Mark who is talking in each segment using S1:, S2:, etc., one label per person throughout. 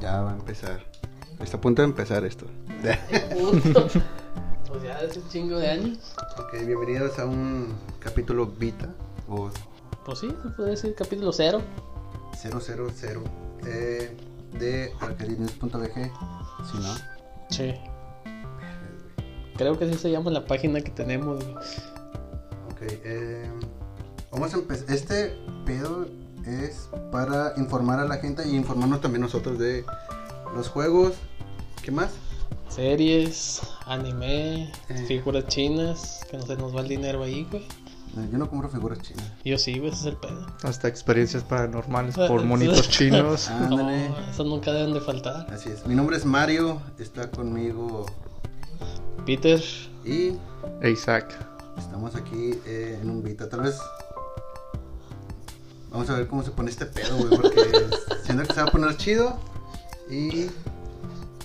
S1: Ya va a empezar. Está a punto de empezar esto.
S2: Puto. Pues ya hace un chingo de años.
S1: Ok, bienvenidos a un capítulo Vita o
S2: Pues sí, se puede decir capítulo cero.
S1: 000 eh, de arcadinews.bg. Si no,
S2: Sí. Creo que así se llama la página que tenemos. güey.
S1: ok. eh, vamos a empezar. Este pedo es para informar a la gente y informarnos también nosotros de los juegos. ¿Qué más?
S2: Series, anime,
S1: Eh.
S2: figuras chinas, que no se nos va el dinero ahí, güey.
S1: Eh, Yo no compro figuras chinas.
S2: Yo sí, güey, ese es el pedo.
S3: Hasta experiencias paranormales
S2: Pues,
S3: por monitos chinos.
S1: Ándale.
S2: No, eso nunca deben de faltar.
S1: Así es. Mi nombre es Mario. Está conmigo
S2: Peter,
S1: y
S3: E Isaac.
S1: Estamos aquí eh, en un Vita, tal vez. Vamos a ver cómo se pone este pedo, güey, porque siento que se va a poner chido. Y.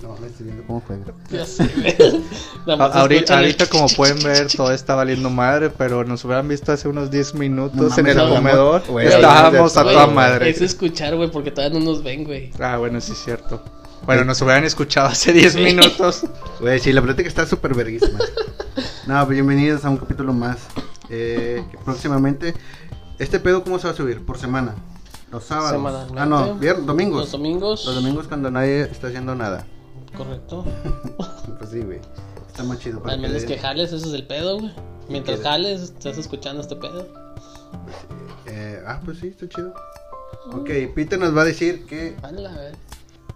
S1: No, me estoy viendo cómo juega.
S2: ya sé, güey. Nada más
S3: A- ahori-
S2: escuchan el-
S3: ahorita, como pueden ver, todo está valiendo madre, pero nos hubieran visto hace unos 10
S1: No
S3: minutos
S1: mames,
S3: en el
S2: no,
S3: comedor.
S1: güey,
S3: Estábamos a
S2: Güey,
S3: toda madre.
S2: Es escuchar, güey, porque todavía no nos ven, güey.
S3: Ah, bueno, sí es cierto. Bueno, nos hubieran escuchado hace 10
S2: Sí.
S3: minutos.
S1: Güey, sí, la plática está súper verguísima. no, pues, bienvenidos a un capítulo más. Eh, que próximamente. Este pedo, ¿cómo se va a subir? Por semana. Los sábados.
S2: Semanalmente.
S1: Ah, no, viernes, domingos.
S2: Los domingos.
S1: Los domingos cuando nadie está haciendo nada.
S2: Correcto.
S1: Pues sí, güey. Está más chido. para
S2: Al menos
S1: le-
S2: que jales, eso es el pedo, güey. Mientras
S1: quieres?
S2: jales, estás escuchando este pedo.
S1: Eh, ah, pues sí, está chido. Ok, Peter nos va a decir que.
S2: Jala, güey.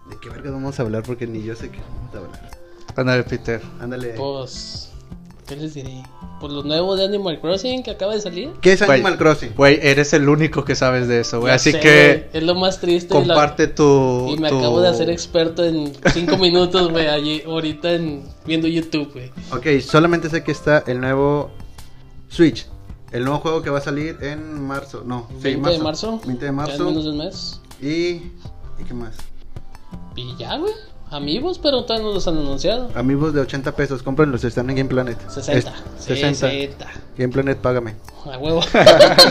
S1: ¿De qué verga vamos a hablar? Porque ni yo sé qué vamos a hablar.
S3: Ándale, Peter.
S1: Ándale.
S2: Pues, ¿qué les diré? Pues lo nuevo de Animal Crossing que acaba de salir.
S1: ¿Qué es
S3: Güey.
S1: Animal Crossing?
S3: Güey, eres el único que sabes de eso, güey.
S2: Ya
S3: Así
S2: sé,
S3: que
S2: güey, Es lo más triste. y la-
S3: comparte tu.
S2: Y me
S3: tu-
S2: acabo de hacer experto en 5 minutos, güey, allí, ahorita en, viendo YouTube, güey.
S1: Ok, solamente sé que está el nuevo Switch. El nuevo juego que va a salir en marzo. No, sí,
S2: 20 de marzo.
S1: 20 de
S2: Ya en menos de
S1: marzo.
S2: un mes.
S1: Y. ¿Y qué más?
S2: Y ya, güey. Amigos, pero todavía no los han anunciado.
S1: Amigos de 80 pesos, cómprenlos, están en Game Planet.
S2: 60.
S1: Es-
S2: 60.
S1: 60. Game Planet, págame.
S2: A huevo.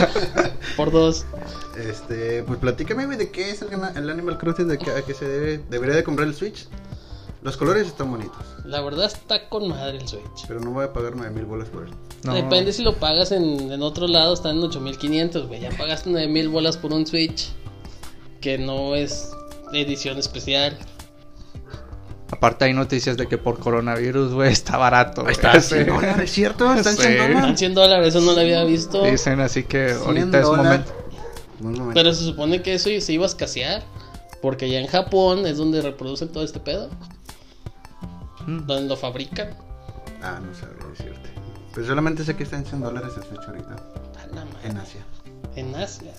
S2: Por dos.
S1: Este, pues platícame, güey, de qué es el, el Animal Crossing, de qué, a qué se debe. Debería de comprar el Switch. Los colores están bonitos,
S2: La verdad está con madre el Switch.
S1: pero no voy a pagar 9000 bolas por él.
S3: No.
S2: Depende si lo pagas en, en otro lado, están en 8500, güey. Ya pagaste 9000 bolas por un Switch que no es edición especial.
S3: Aparte, hay noticias de que por coronavirus, güey, está barato. güey. Sí.
S1: dólares, ¿cierto? Está en
S3: Sí.
S1: 100
S2: Están
S1: dólares.
S2: 100 dólares, eso no lo había visto.
S3: Dicen, así que
S1: 100
S3: ahorita es
S1: dólares.
S3: momento.
S1: Buen momento.
S2: Pero se supone que eso se iba a escasear. Porque ya en Japón es donde reproducen todo este pedo.
S3: Mm.
S2: Donde lo fabrican.
S1: Ah, no sabría decirte. Pero Pues solamente sé que está en 100 dólares el Switch ahorita,
S2: A la madre.
S1: en Asia.
S2: En Asia.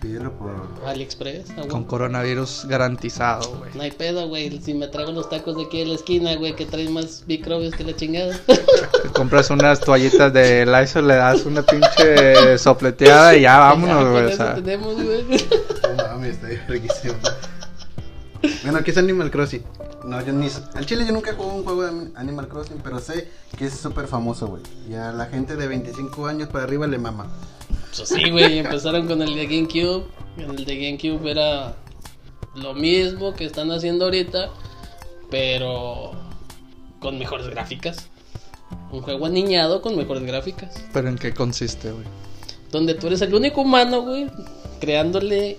S1: Pídelo por...
S2: AliExpress. a
S3: Con
S2: huevo.
S3: coronavirus garantizado, güey.
S2: No hay pedo, güey. Si me trago los tacos de aquí de la esquina, güey, que traen más microbios que la chingada.
S3: Te compras unas toallitas de Lysol, le das una pinche sopleteada y ya vámonos,
S2: Ya,
S3: güey.
S2: con
S3: o
S2: eso
S3: sea.
S2: tenemos, güey.
S1: No mames, está bien verguísimo. Bueno, ¿qué es Animal Crossing? No, yo ni... Al chile yo nunca jugué un juego de Ani- Animal Crossing, pero sé que es súper famoso, güey. Y a la gente de 25 años para arriba le mama.
S2: Pues sí, güey. Empezaron con el de GameCube. El de GameCube era lo mismo que están haciendo ahorita, pero con mejores gráficas. Un juego aniñado con mejores gráficas.
S3: Pero en qué consiste, güey.
S2: Donde tú eres el único humano, güey, creándole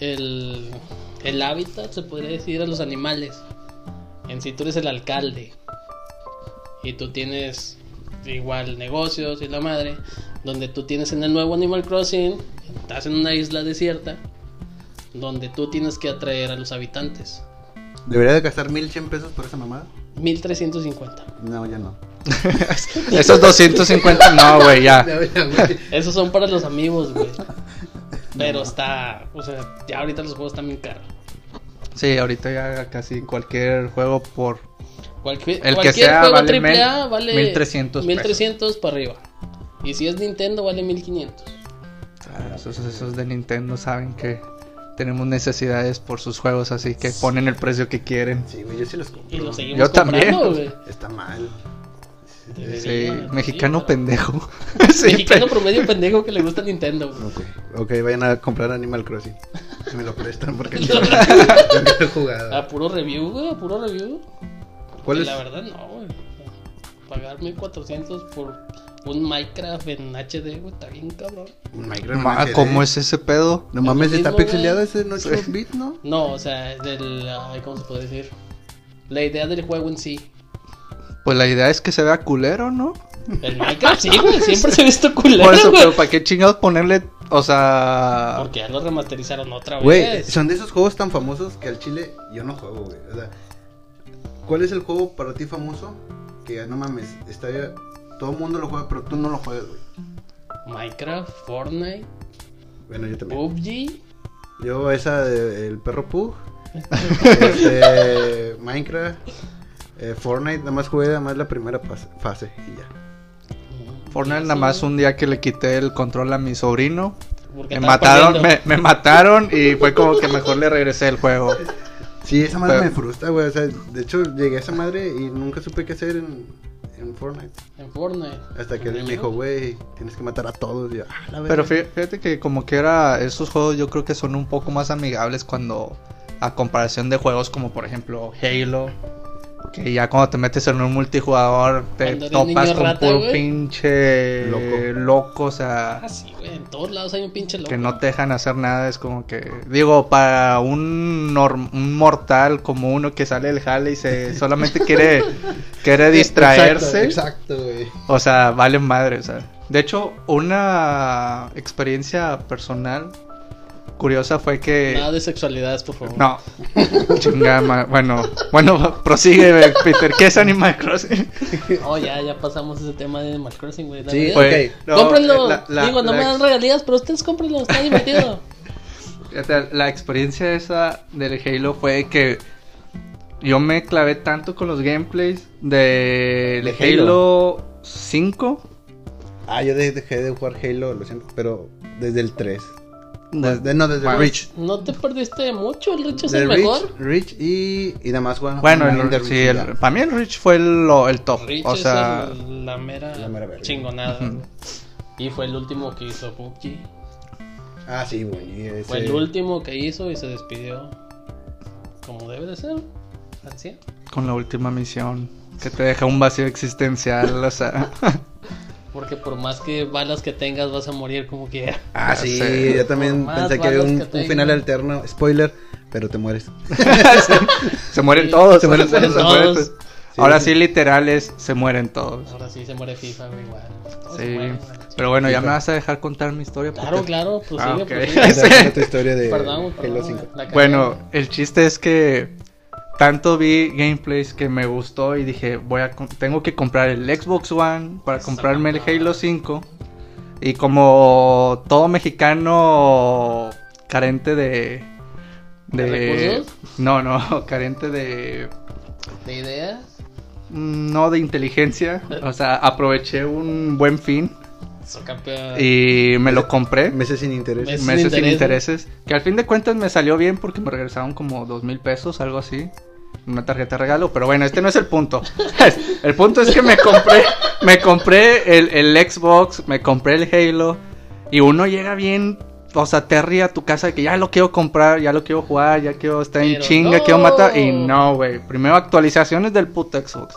S2: el, el hábitat, se podría decir, a los animales. En sí tú eres el alcalde. Y tú tienes igual negocios y la madre. Donde tú tienes en el nuevo Animal Crossing, estás en una isla desierta. Donde tú tienes que atraer a los habitantes.
S1: ¿Debería de gastar 1100 pesos por esa mamada?
S2: 1350.
S1: No, ya no.
S3: Esos 250, no, güey, ya.
S1: Ya, ya, güey.
S2: Esos son para los amigos, güey. Pero está, o sea, ya ahorita los juegos están bien caros.
S3: Sí, ahorita ya casi cualquier juego por.
S2: Cualquier,
S3: El que
S2: cualquier
S3: sea,
S2: juego
S3: vale
S2: triple
S3: mil-
S2: A vale
S3: 1300 pesos.
S2: 1300 para arriba. Y si es Nintendo vale 1500.
S3: ah, Esos, esos de Nintendo saben que tenemos necesidades por sus juegos, así que ponen el precio que quieren.
S1: Sí, güey, yo sí los compro.
S2: Y lo seguimos
S3: Yo también.
S2: comprando, güey.
S1: Está mal.
S3: Sí,
S2: Debería,
S3: mexicano
S2: sí, pero-
S3: pendejo. Sí,
S2: Mexicano
S3: pe-
S2: promedio pendejo que le gusta Nintendo. güey.
S1: Ok, ok, vayan a comprar Animal Crossing. Si me lo prestan, porque yo nunca lo he jugado.
S2: A puro review, güey, a puro review.
S1: ¿Cuál
S2: Y
S1: es?
S2: La verdad, no, güey. Pagar 1400 por un Minecraft en HD, güey, está bien cabrón.
S1: Un Minecraft.
S3: Ma,
S1: un
S3: Ah, ¿Cómo
S1: HD.
S3: es ese pedo?
S1: No mames,
S2: Lo
S1: está
S2: mismo, güey.
S1: pixeleado ese en 8 bits, ¿no?
S2: No, o sea, es del. ay, ¿Cómo se puede decir? La idea del juego en sí.
S3: Pues la idea es que se vea culero, ¿no?
S2: El Minecraft, sí, güey, siempre se ha visto culero.
S3: Por eso,
S2: güey.
S3: pero ¿para qué chingados ponerle, o sea...
S2: Porque ya lo remasterizaron otra
S1: Güey,
S2: vez.
S1: son de esos juegos tan famosos que al chile yo no juego, güey. O sea, ¿cuál es el juego para ti famoso que ah, no mames, está todo el mundo lo juega, pero tú no lo juegas, güey?
S2: Minecraft, Fortnite,
S1: Bueno, yo también.
S2: PUBG.
S1: Yo esa de- el perro Pug, este, Minecraft, eh, Fortnite, nada más jugué nada más la primera pas- fase y ya.
S3: Fortnite nada más un día que le quité el control a mi sobrino.
S2: Porque
S3: Me
S2: estás
S3: mataron, me,
S2: perdiendo.
S3: me mataron y fue como que mejor le regresé el juego.
S1: Sí, esa madre
S3: Pero-
S1: me frustra, güey. O sea, de hecho llegué a esa madre y nunca supe qué hacer en, en Fortnite.
S2: En Fortnite.
S1: Hasta Este que alguien me dijo, güey, tienes que matar a todos. Y yo, "Ah, la
S3: Pero
S1: verga".
S3: fí- fíjate que como que era, esos juegos yo creo que son un poco más amigables cuando, a comparación de juegos como por ejemplo Halo, que ya cuando te metes en un multijugador te
S2: Cuando eres
S3: topas
S2: niño
S3: con
S2: rata,
S3: puro
S2: güey.
S3: pinche
S1: Loco.
S3: loco. o sea,
S2: Ah, sí, güey, en todos lados hay un pinche loco.
S3: que no te dejan hacer nada, es como que, digo, para un, norm- un mortal como uno que sale del jale y se solamente quiere, quiere distraerse.
S1: Exacto, exacto, güey.
S3: O sea, valen madre, o sea. De hecho, una experiencia personal curiosa fue
S2: Nada
S3: que...
S2: de sexualidades, por favor.
S3: No. Chingada, ma- bueno, bueno, prosigue, Peter. ¿Qué es Animal Crossing?
S2: Oh, ya, ya pasamos ese tema de Animal Crossing, güey. dale,
S1: Sí,
S2: dale.
S1: güey.
S3: Fue- no, eh,
S2: cómprenlo.
S3: la- la-
S2: Digo, no
S3: la
S2: me
S3: ex-
S2: dan regalías, pero ustedes cómprenlo, está divertido.
S3: Fíjate, La experiencia esa del Halo fue que yo me clavé tanto con los gameplays del
S1: De
S3: Halo. 5.
S1: Ah, yo de- dejé de jugar Halo, lo siento, pero desde el 3.
S3: de-
S1: De- no, desde
S3: Bueno.
S1: Reach.
S2: No te perdiste de mucho, el Rich es
S1: De
S2: el mejor.
S1: Reach, Reach y, y nada más jugaron
S3: Bueno,
S1: online
S3: el-
S1: de
S3: sí,
S1: Reach y
S3: el-
S1: ya.
S3: para mí el Reach fue el, lo- el top.
S2: Rich
S3: o sea,
S2: es el- la mera,
S1: la mera verga.
S2: chingonada.
S3: Ujú.
S2: güey. Y fue el último que hizo PUBG.
S1: Ah, sí, güey. y ese-
S2: Fue el último que hizo y se despidió. Como debe de ser. Así.
S3: Con la última misión. Que te deja un vacío existencial, o sea.
S2: Porque por más que balas que tengas, vas a morir como que.
S1: Ah,
S3: Ya
S1: sí,
S3: sé.
S1: yo también
S2: Por más
S1: pensé que había
S2: balas
S1: un,
S2: que
S1: un
S2: tenga.
S1: final alterno. Spoiler, pero te mueres.
S3: se mueren todos.
S2: Se mueren
S3: o sea,
S2: todos.
S3: to- Ahora sí, literal, es se mueren todos.
S2: Ahora sí se muere FIFA, güey, igual. Todos se
S3: Sí.
S2: mueren, güey, la
S3: Pero bueno, ya
S1: Sí,
S3: me vas a dejar contar mi historia.
S2: Claro,
S3: porque-
S2: claro, pues prosigue,
S3: Ah, ok.
S2: prosigue.
S1: Esa es tu historia de
S2: Perdón,
S1: Halo
S2: perdón,
S1: 5.
S2: la cagué.
S3: Bueno, el chiste es que tanto vi gameplays que me gustó y dije, voy a com- tengo que comprar el Xbox One para
S2: Esa
S3: comprarme el
S2: mamada.
S3: Halo 5. Y como todo mexicano carente de
S2: ¿De recursos?
S3: no, no, carente de
S2: ¿De ideas?
S3: mm, no de inteligencia, o sea, aproveché un buen fin
S2: Soy campeón.
S3: y me lo compré
S1: Meses sin interés.
S2: Meses.
S3: meses sin
S2: intereses.
S3: intereses. Que al fin de cuentas me salió bien porque me regresaron como dos mil pesos, algo así. Una tarjeta de regalo, pero bueno, este no es el punto. el punto es que me compré, me compré el, el Xbox, me compré el Halo. Y uno llega bien, o sea, Terry a tu casa de que ya lo quiero comprar, ya lo quiero jugar, ya quiero estar en
S2: Pero
S3: chinga, quiero matar. Y
S2: no.
S3: no, güey. Primero actualizaciones del puto Xbox.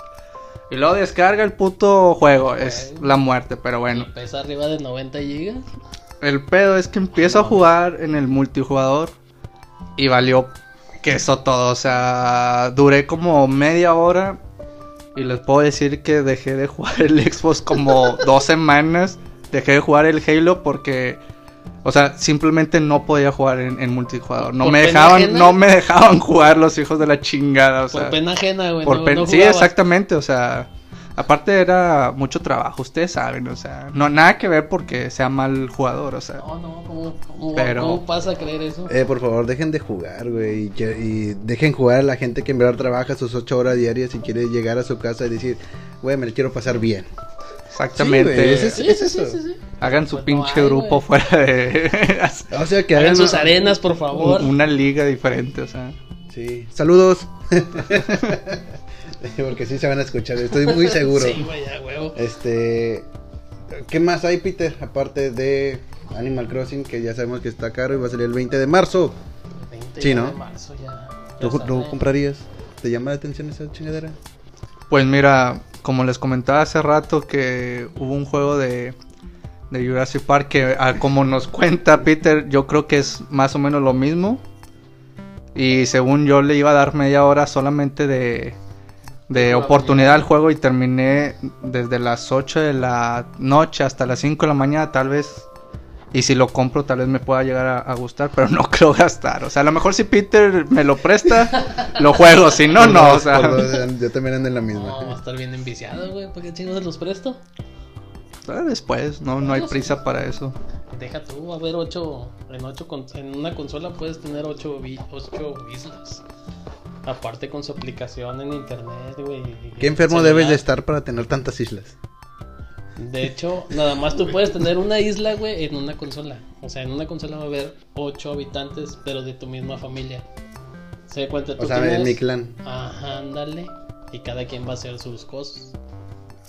S3: Y luego descarga el puto juego. Es
S2: Güey.
S3: la muerte, pero bueno.
S2: Y pesa arriba de 90 gigas.
S3: El pedo es que empiezo a jugar en el multijugador y valió queso todo. O sea, duré como media hora y les puedo decir que dejé de jugar el Xbox como dos semanas. Dejé de jugar el Halo porque, o sea, simplemente no podía jugar en, en multijugador. No
S2: ¿Por
S3: me
S2: pena
S3: dejaban,
S2: ajena?
S3: no me dejaban jugar los hijos de la chingada. O sea,
S2: por pena ajena, güey.
S3: por
S2: pues, no-
S3: pen-
S2: no
S3: sí,
S2: jugabas.
S3: exactamente, o sea, aparte era mucho trabajo, ustedes saben, o sea, no nada que ver porque sea mal jugador, o sea,
S2: No, no, ¿cómo, cómo,
S3: Pero-
S2: ¿cómo pasa a creer eso?
S1: Eh, por favor, dejen de jugar, güey. Y, que- y dejen jugar a la gente que en verdad trabaja sus ocho horas diarias y quiere llegar a su casa y decir, güey, me lo quiero pasar bien.
S3: exactamente.
S1: Sí, güey, ese es-
S2: sí, sí,
S1: eso?
S2: sí, sí, sí.
S3: Hagan su
S2: Pues no
S3: pinche
S2: hay, güey.
S3: grupo fuera de
S1: O sea, que
S2: Hagan
S1: hagan
S2: sus arenas, por favor.
S3: una liga diferente, o sea.
S1: Sí. Saludos. Porque sí se van a escuchar, estoy muy seguro.
S2: Sí, güey, a huevo.
S1: Este, ¿qué más hay, Peter? Aparte de Animal Crossing, que ya sabemos que está caro y va a salir el 20 de marzo.
S2: 20
S1: Sí,
S2: ya
S1: ¿no?
S2: de marzo ya. ya ¿eh?
S1: ¿Tú
S2: están
S1: lo
S2: ahí.
S1: comprarías? ¿Te llama la atención esa chingadera?
S3: Pues mira, como les comentaba hace rato que hubo un juego de, de Jurassic Park que ah, como nos cuenta Peter, yo creo que es más o menos lo mismo. Y según yo le iba a dar media hora solamente de, de oportunidad al juego y terminé desde las 8 de la noche hasta las 5 de la mañana tal vez. Y si lo compro tal vez me pueda llegar a, a gustar, pero no creo gastar. O sea, a lo mejor si Peter me lo presta, lo juego. Si no,
S1: Por
S3: Pues no.
S1: dos,
S3: O sea,
S1: por dos, Yo también ando en la misma.
S2: No, va a estar bien enviciado, güey. ¿Por qué chingos se los presto?
S3: Ah, después, no, no hay
S2: Pues-
S3: prisa para eso.
S2: Deja tú, va a haber 8. En, ocho con- en una consola puedes tener 8 islas. Aparte con su aplicación en internet, güey. y-
S1: ¿Qué enfermo
S2: celular.
S1: debes de estar para tener tantas islas?
S2: De hecho, nada más tú puedes tener una isla, güey, en una consola. O sea, en una consola va a haber 8 habitantes, pero de tu misma familia. Se da cuenta tú
S1: O sea, en
S2: tienes-
S1: mi clan.
S2: Ajá, ándale. Y cada quien va a hacer sus cosas.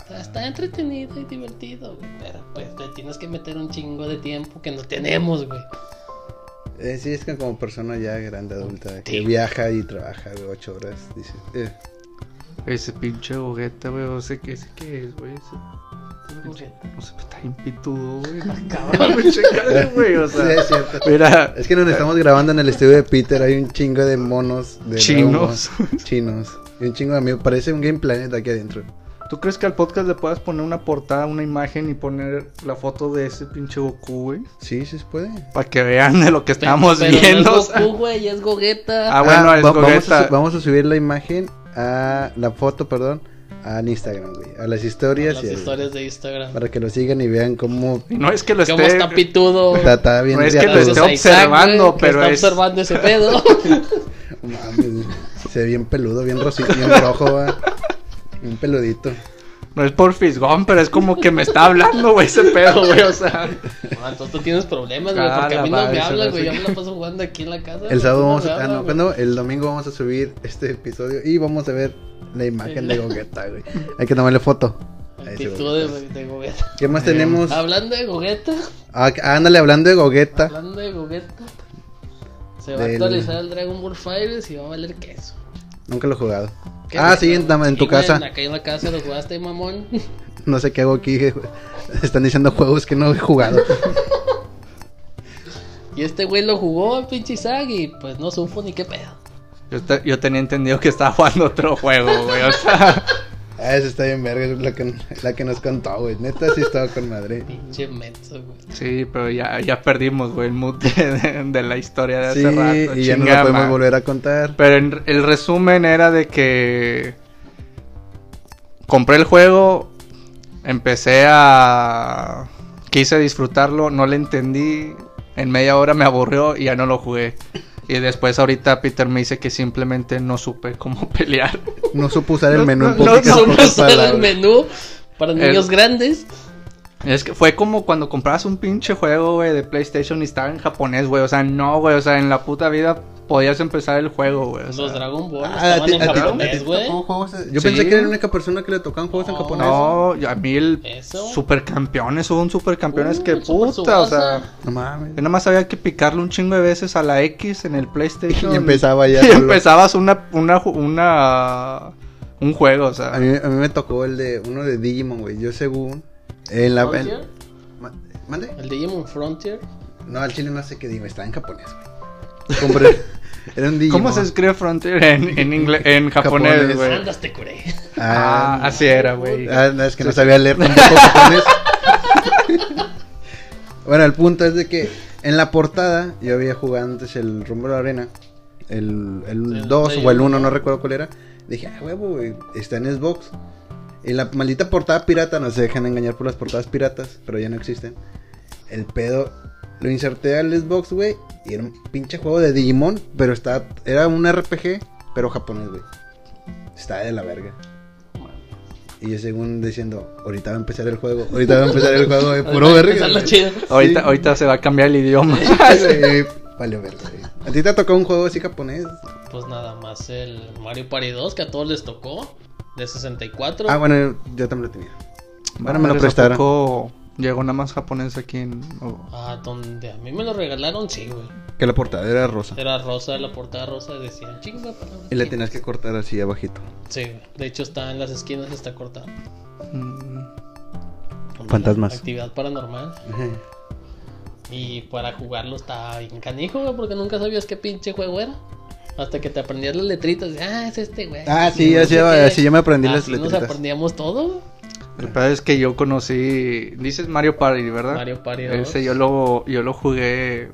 S2: O sea, Está entretenido y divertido, güey. Pero pues te tienes que meter un chingo de tiempo que no tenemos, güey.
S1: Eh, sí, es que como persona ya grande, adulta, que
S2: Sí.
S1: viaja y trabaja güey, ocho horas, dice. eh,
S3: Ese pinche juguete, güey, no sé qué, ese qué es, güey. ese- No sé, está bien pitudo, güey. Cabrón, güey, chécale, güey, o
S1: sí,
S3: sea.
S1: es cierto.
S3: Mira,
S1: Es que nos estamos grabando en el estudio de Peter, hay un chingo de monos de
S3: Chinos.
S1: Dragon Ball, chinos. Y un chingo de amigos, parece un Game Planet aquí adentro.
S3: ¿tú crees que al podcast le puedas poner una portada, una imagen y poner la foto de ese pinche Goku, güey?
S1: Sí, sí se puede.
S3: Para que vean de lo que estamos
S2: Pero no
S3: viendo. o
S2: es
S3: sea.
S2: Goku, güey, es Gogeta.
S3: Ah, bueno, es
S1: va- vamos, a
S3: Gogeta.
S1: su- vamos a subir la imagen a la foto, perdón, al Instagram, güey, a las historias,
S2: las
S1: y al-
S2: historias de Instagram.
S1: para que lo sigan y vean cómo
S3: Y no es que lo
S2: ¿Cómo
S1: este
S3: esté.
S2: está pitudo?
S1: está, está bien.
S3: No, es que
S1: riata,
S3: lo
S1: güey.
S3: esté
S2: Saludos a Isaac,
S3: observando,
S2: güey, que
S3: pero
S2: está
S3: es-
S2: observando ese pedo.
S1: Mames, se ve bien peludo, bien rosito, bien rojo, va. Bien peludito.
S3: No es por fisgón, pero es como que me está hablando, güey, ese pedo, güey, o sea.
S2: Ah, entonces tú tienes problemas, güey,
S3: Ah,
S2: porque a
S3: la
S2: mí no
S3: madre,
S2: me
S3: se
S2: hablas,
S3: me
S2: güey. Yo
S3: hace
S2: me la paso jugando aquí en la casa.
S1: El sábado vamos a. Ah,
S2: estar
S1: no, ¿cuándo? El domingo vamos a subir este episodio y vamos a ver la imagen de Gogeta, güey. Hay que tomarle foto. Ahí se ve.
S2: Actitudes güey, de Gogeta.
S1: ¿Qué más
S3: Eh,
S1: tenemos?
S2: Hablando de Gogeta.
S1: Ah, ándale, hablando de Gogeta.
S2: Hablando de Gogeta, se va
S1: Del-
S2: a actualizar el Dragon Ball Fighters y va a valer queso.
S1: Nunca lo he jugado.
S2: ¿Qué
S1: Ah,
S2: es
S1: sí, en,
S2: eso?
S1: en tu
S2: Sí, güey,
S1: casa.
S2: en- Acá en la casa lo jugaste, mamón.
S1: No sé qué hago aquí. güey. Están diciendo juegos que no he jugado.
S2: Y este güey lo jugó, el pinche Isaac, y pues no supo ni qué pedo.
S3: Yo, te- yo tenía entendido que estaba jugando otro juego, güey, o sea.
S1: Ah, eso está bien verga, es la que, la que nos contó, güey. Neta, sí estaba con madre.
S2: Pinche menso, güey.
S3: Sí, pero ya, ya perdimos, güey, el mood de, de- de la historia de hace
S1: Sí,
S3: rato.
S1: y ya no
S3: chingada
S1: lo podemos
S3: madre.
S1: volver a contar.
S3: Pero en- el resumen era de que compré el juego, empecé a... quise disfrutarlo, no le entendí, en media hora me aburrió y ya no lo jugué. Y después ahorita Peter me dice que simplemente no supe cómo pelear.
S1: No supo usar el
S3: No,
S1: menú en
S3: no, no,
S1: pocas-
S3: no,
S2: Solo
S1: pocas
S2: sale el
S1: palabras.
S2: menú para niños grandes.
S3: Es que fue como cuando comprabas un pinche juego, güey, de PlayStation y estaba en japonés, güey. O sea, no, güey. O sea, en la puta vida podías empezar el juego, güey. o sea.
S2: Los Dragon Ball
S1: Ah,
S2: estaban
S1: a ti-
S2: en
S1: a ti- a ti
S2: japonés,
S1: te
S2: güey.
S1: tocó juegos- Yo
S3: Sí.
S1: pensé que era la única persona que le tocaban juegos en
S2: No.
S1: japonés.
S3: No, y a mí el
S2: Eso.
S3: supercampeones, hubo un supercampeones
S2: Uh,
S3: que
S2: Super
S3: puta, o sea.
S2: Tsubasa.
S1: No mames.
S3: Yo nada más había que picarle un chingo de veces a la X en el PlayStation.
S1: Y empezaba ya
S3: Y
S1: solo.
S3: empezabas una, una, ju- una, un juego, o
S1: A
S3: sea.
S1: mí, a mí me tocó el de uno de Digimon, güey. Yo según. En la. en-
S2: Frontier,
S1: ma- ¿Mande?
S2: El Digimon Frontier.
S1: No, al chile no sé qué digo. Está en japonés, güey. Compré. era un Digimon.
S3: ¿Cómo se escribe Frontier en, en, ingle- en japonés,
S1: Japonés.
S3: güey?
S2: Andas te curé.
S3: Ah,
S1: Ah,
S3: así era, güey.
S1: ah, no, es que no sabía leer tampoco japonés. bueno, el punto es de que en la portada yo había jugado antes el Rumbo a la Arena. El,
S2: El
S1: 2
S2: Play
S1: o el
S2: uno,
S1: 1, no
S2: ¿no?
S1: recuerdo cuál era. Dije, ah, huevo, güey, está en Xbox. Y la maldita portada pirata, no se dejan engañar por las portadas piratas, pero ya no existen. El pedo, lo inserté al Xbox, güey, y era un pinche juego de Digimon, pero estaba, era un RPG, pero japonés, güey. Está de la verga. Y yo según diciendo, ahorita va a empezar el juego, ahorita va a empezar el juego de puro
S2: Empezar
S1: verga.
S2: lo
S1: güey.
S2: chido.
S3: Ahorita,
S1: Sí.
S3: ahorita se va a cambiar el idioma.
S1: Sí, Vale, verga. güey. ¿A ti te ha tocado un juego así japonés?
S2: Pues nada más el Mario Party 2 que a todos les tocó. De 64.
S1: Ah, bueno, yo también lo tenía. Bueno, me lo
S3: Madres, ¿a
S1: prestaron.
S3: poco Llegó nada más japonés aquí en... o-
S2: Ah, donde a mí me lo regalaron, sí, güey.
S1: Que la portada era rosa.
S2: Era rosa, la portada rosa, decían chinga palabra.
S1: Y la tenías que cortar así abajito.
S2: Sí, de hecho está en las esquinas, está cortada.
S3: Mm,
S1: Fantasmas.
S2: Actividad paranormal. Y para jugarlo estaba bien canijo, güey, porque nunca sabías qué pinche juego era. Hasta que te aprendías las letritas, y, ah, es este, güey.
S1: Ah, sí,
S2: Y no
S1: así
S2: sé
S1: ya-
S2: qué.
S1: así ya me aprendí las
S2: Así
S1: letritas.
S2: Nos aprendíamos todo, güey.
S3: El peor es que yo conocí. Dices Mario Party, ¿verdad?
S2: Mario Party 2.
S3: Ese yo lo, yo lo jugué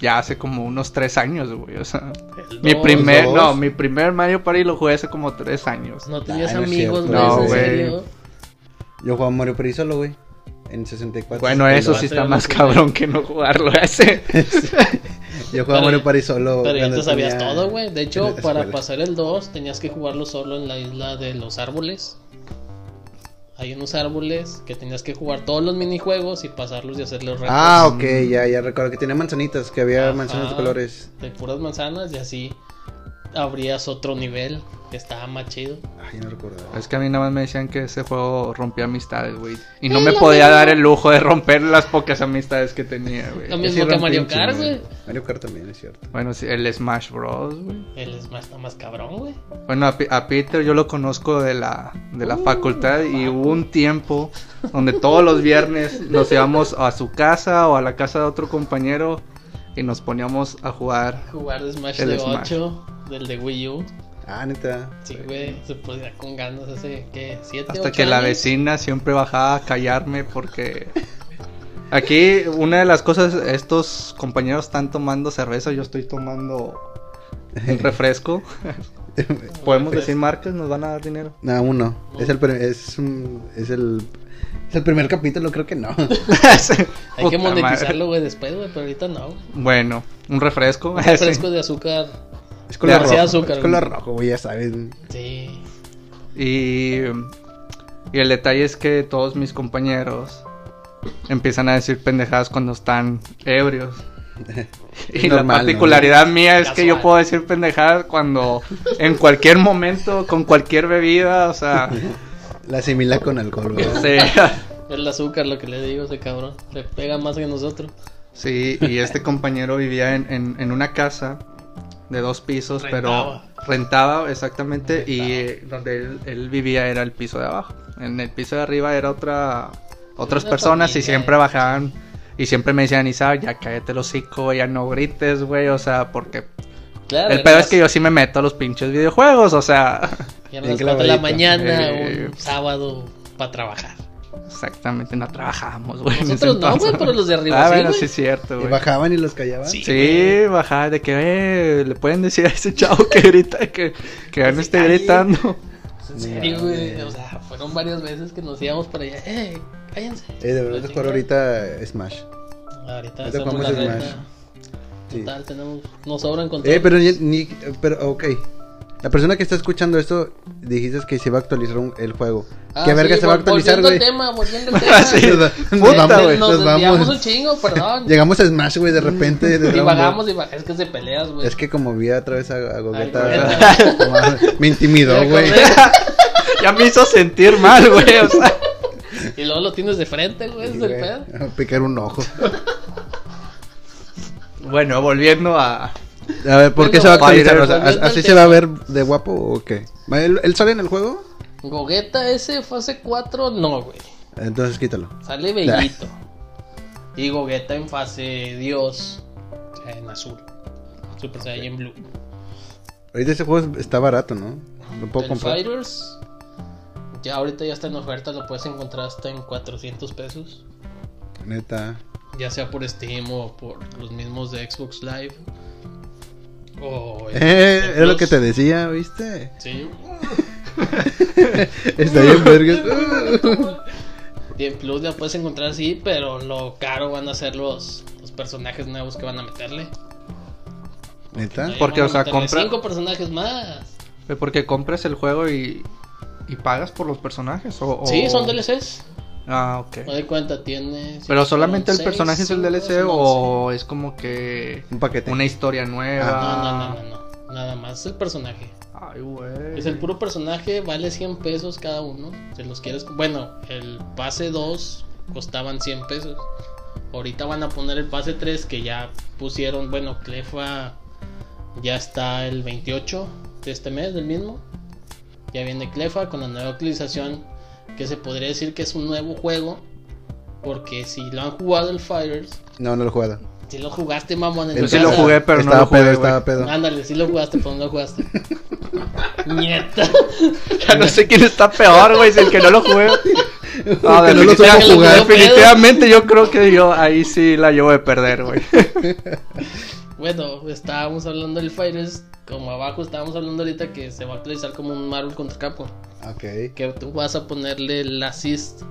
S3: ya hace como unos tres años, güey. O sea,
S2: El
S3: mi
S2: dos,
S3: primer,
S1: dos.
S3: no, mi primer Mario Party lo jugué hace como tres años.
S2: pues No tenías
S1: Ah, no es
S2: amigos, güey.
S1: cierto.
S3: No,
S2: ¿en
S3: güey.
S2: serio?
S1: Yo jugaba Mario Party solo, güey. En 64.
S3: Bueno, eso
S2: va a
S3: sí
S2: ser
S3: está
S2: lo
S3: más
S2: que-
S3: cabrón que no jugarlo ese.
S1: Yo jugaba
S2: Pero-
S1: Mario Party solo.
S2: Pero ya
S1: cuando
S2: te sabías
S1: tenía-
S2: todo, güey. De
S1: en
S2: hecho,
S1: la
S2: para
S1: escuela.
S2: pasar el 2 tenías que jugarlo solo en la isla de los árboles. Hay unos árboles que tenías que jugar todos los minijuegos y pasarlos y hacer
S3: Pues,
S2: los retos.
S1: Ah, ok,
S3: mm.
S1: ya, ya recuerdo que tenía manzanitas, que había
S2: Ajá.
S1: manzanas de colores.
S2: De puras manzanas y así abrías otro nivel que estaba más chido.
S1: Ay, Ah, no recuerdo.
S3: Es que a mí nada más me decían que ese juego rompía amistades, güey. Y no me podía dar el lujo de romper las pocas amistades que tenía,
S2: Lo
S3: güey.
S2: mismo
S1: Sí,
S2: que
S1: rompí
S2: Mario
S1: un
S2: Kart,
S1: chingo,
S2: güey.
S1: Mario Kart también, es cierto.
S3: Bueno, sí, el Smash Bros, güey.
S2: Él es más, está más cabrón, güey.
S3: Bueno, a, Pe- a Peter yo lo conozco de la, de la facultad y hubo un tiempo donde todos los viernes nos íbamos a su casa o a la casa de otro compañero y nos poníamos a jugar.
S2: Jugar de Smash
S3: El
S2: de
S3: Smash.
S2: 8, del de Wii U.
S1: Ah, neta.
S2: Sí, güey. Se podía con ganas hace, ¿qué? ¿Siete,
S3: Hasta
S2: ocho
S3: que la
S2: años?
S3: vecina siempre bajaba a callarme porque... Aquí una de las cosas, estos compañeros están tomando cerveza, yo estoy tomando un refresco. Podemos
S2: Pues
S3: decir marcas, nos van a dar dinero.
S1: No, uno. Es el, pri- es, un- es el es el primer capítulo, creo que no.
S2: Hay que
S3: Puta madre.
S2: monetizarlo, güey, después, güey, pero ahorita no, güey.
S3: Bueno, un refresco.
S2: Un refresco de azúcar.
S1: Es color rojo.
S2: Demasiado azúcar,
S1: es color
S2: güey.
S1: rojo, güey, ya sabes.
S2: Sí.
S3: Y, y el detalle es que todos mis compañeros empiezan a decir pendejadas cuando están ebrios. Y la
S1: normal, ¿no?
S3: particularidad mía es que yo
S2: Casual.
S3: puedo decir pendejadas cuando en cualquier momento, con cualquier bebida, o sea,
S1: La asimila con alcohol, güey.
S3: sí,
S2: El azúcar, lo que le digo a ese cabrón. Le pega más que nosotros.
S3: Sí, y este compañero vivía en, en- en una casa de dos pisos,
S2: Rentaba.
S3: pero rentaba exactamente y eh, donde él, él vivía era el piso de abajo. En el piso de arriba era otra otras
S2: Una
S3: personas y
S2: familia,
S3: siempre
S2: eh.
S3: bajaban y siempre me decían, Isa, ya cállate el hocico, ya no grites, güey, o sea, porque
S2: Claro.
S3: el peor es que yo sí me meto a los pinches videojuegos, o sea,
S2: Ya
S1: Bien
S2: las cuatro de la
S1: clavadito.
S2: mañana,
S3: Eh.
S2: un sábado, para trabajar.
S3: exactamente, no trabajábamos, güey. en ese
S2: Nosotros no,
S3: entonces.
S2: güey, pero los de arriba
S3: Ah,
S2: sí,
S3: bueno,
S2: güey.
S3: sí es cierto,
S1: ¿Y
S3: güey.
S1: bajaban y los callaban?
S2: Sí.
S3: Sí, bajaba de que eh, le pueden decir a ese chavo que grita, que, Pues que ya no esté gritando.
S2: En serio, güey. O sea, fueron varias veces que nos íbamos para allá. ¡Eh! Cállense.
S1: Eh, deberíamos de jugar ahorita Smash.
S2: Ahorita
S1: Ahorita
S2: hacemos
S1: jugamos
S2: la
S1: Smash.
S2: reta.
S1: Sí.
S2: Total, tenemos. Nos sobran con
S1: Eh,
S2: todo.
S1: pero ni, ni- pero ok. La persona que está escuchando esto dijiste que se va a actualizar un- el juego.
S2: Ah,
S1: ¿Qué verga
S2: sí,
S1: se va a
S2: vol-
S1: actualizar,
S2: Volviendo al
S1: güey?
S2: tema, volviendo al
S1: Ah,
S2: tema.
S3: Sí.
S1: Nos,
S3: Puta,
S1: nos
S3: güey,
S1: vamos,
S2: nos,
S1: nos
S2: desviamos un
S1: vamos.
S2: chingo, perdón.
S1: Llegamos a Smash, güey, de repente. de Dragon Ball.
S2: Divagamos, divagamos. Es que se peleas, güey.
S1: Es que como vi otra vez a, a Gogeta,
S2: Ay,
S1: no mames, me intimidó,
S2: Me
S1: güey.
S2: acordé.
S3: ya me hizo sentir mal, güey. O sea,
S2: Y luego lo tienes de frente, güey.
S1: Sí,
S2: es el
S1: güey,
S2: pedo.
S1: a Picar un ojo.
S3: bueno, volviendo a.
S1: A ver, ¿por qué
S2: Bueno,
S1: se va a actualizar?
S3: Fighter,
S1: O sea, ¿as-
S2: volviendo al
S1: ¿Así se
S2: tema.
S1: va a ver de guapo o qué? ¿Él, él sale en el juego?
S2: Gogeta ese fase 4, no, güey.
S1: Entonces quítalo.
S2: Sale bellito. Y Gogeta en fase Dios. o sea, En azul. Super Saiyan Blue.
S1: Ahorita ese juego es- está barato, ¿no? Lo puedo
S2: el
S1: comprar.
S2: Fighters. Ya ahorita ya está en oferta, lo puedes encontrar hasta en 400 pesos.
S1: Neta.
S2: Ya sea por Steam o por los mismos de Xbox Live. O en-
S1: Eh,
S2: en
S1: es lo
S2: Plus.
S1: que te decía, ¿viste?
S2: Sí.
S1: Está bien, vergas.
S2: Y en Plus ya puedes encontrar así, pero lo caro van a ser los, los personajes nuevos que van a meterle.
S1: Neta.
S2: Ahí
S3: Porque,
S2: van a
S3: o sea,
S2: meterle
S3: compra-
S2: Cinco personajes más.
S3: Porque compras el juego y. y pagas por los personajes, o. o-
S2: Sí, son DLCs.
S3: Ah,
S2: No
S3: ok.
S2: de cuenta, tiene.
S3: Pero solamente el
S2: seis,
S3: personaje es el
S2: cinco,
S3: DLC
S2: son
S3: o es como que.
S1: Un paquete.
S3: Una historia nueva.
S2: once. Ah, No, no, no, no, no. Nada más el personaje.
S3: Ay, güey.
S2: Es el puro personaje, vale 100 pesos cada uno. Si los quieres. Bueno, el pase 2 costaban 100 pesos. Ahorita van a poner el pase 3 que ya pusieron, bueno, Clefa ya está el 28 de este mes, del mismo. Ya viene Clefa con la nueva actualización que se podría decir que es un nuevo juego. Porque si lo han jugado el Fighters,
S1: No, no lo he jugado.
S2: si lo jugaste, mamón, en
S1: El
S2: tu
S3: Yo sí lo
S2: casa.
S3: jugué, pero
S1: estaba
S3: no lo jugué,
S1: pedo,
S3: güey.
S1: estaba pedo.
S2: Ándale, si lo jugaste, pero no lo jugaste. Nieta.
S3: Ya no sé quién está peor, güey, si el que no lo jugué. No,
S1: Que no lo
S3: definitiva-
S1: supo jugar.
S3: definitivamente yo creo que yo ahí sí la llevo de perder, güey.
S2: Bueno, estábamos hablando del Fighters. Como abajo estábamos hablando ahorita que se va a actualizar como un Marvel contra Capcom.
S1: Ok.
S2: Que tú vas a ponerle el assist,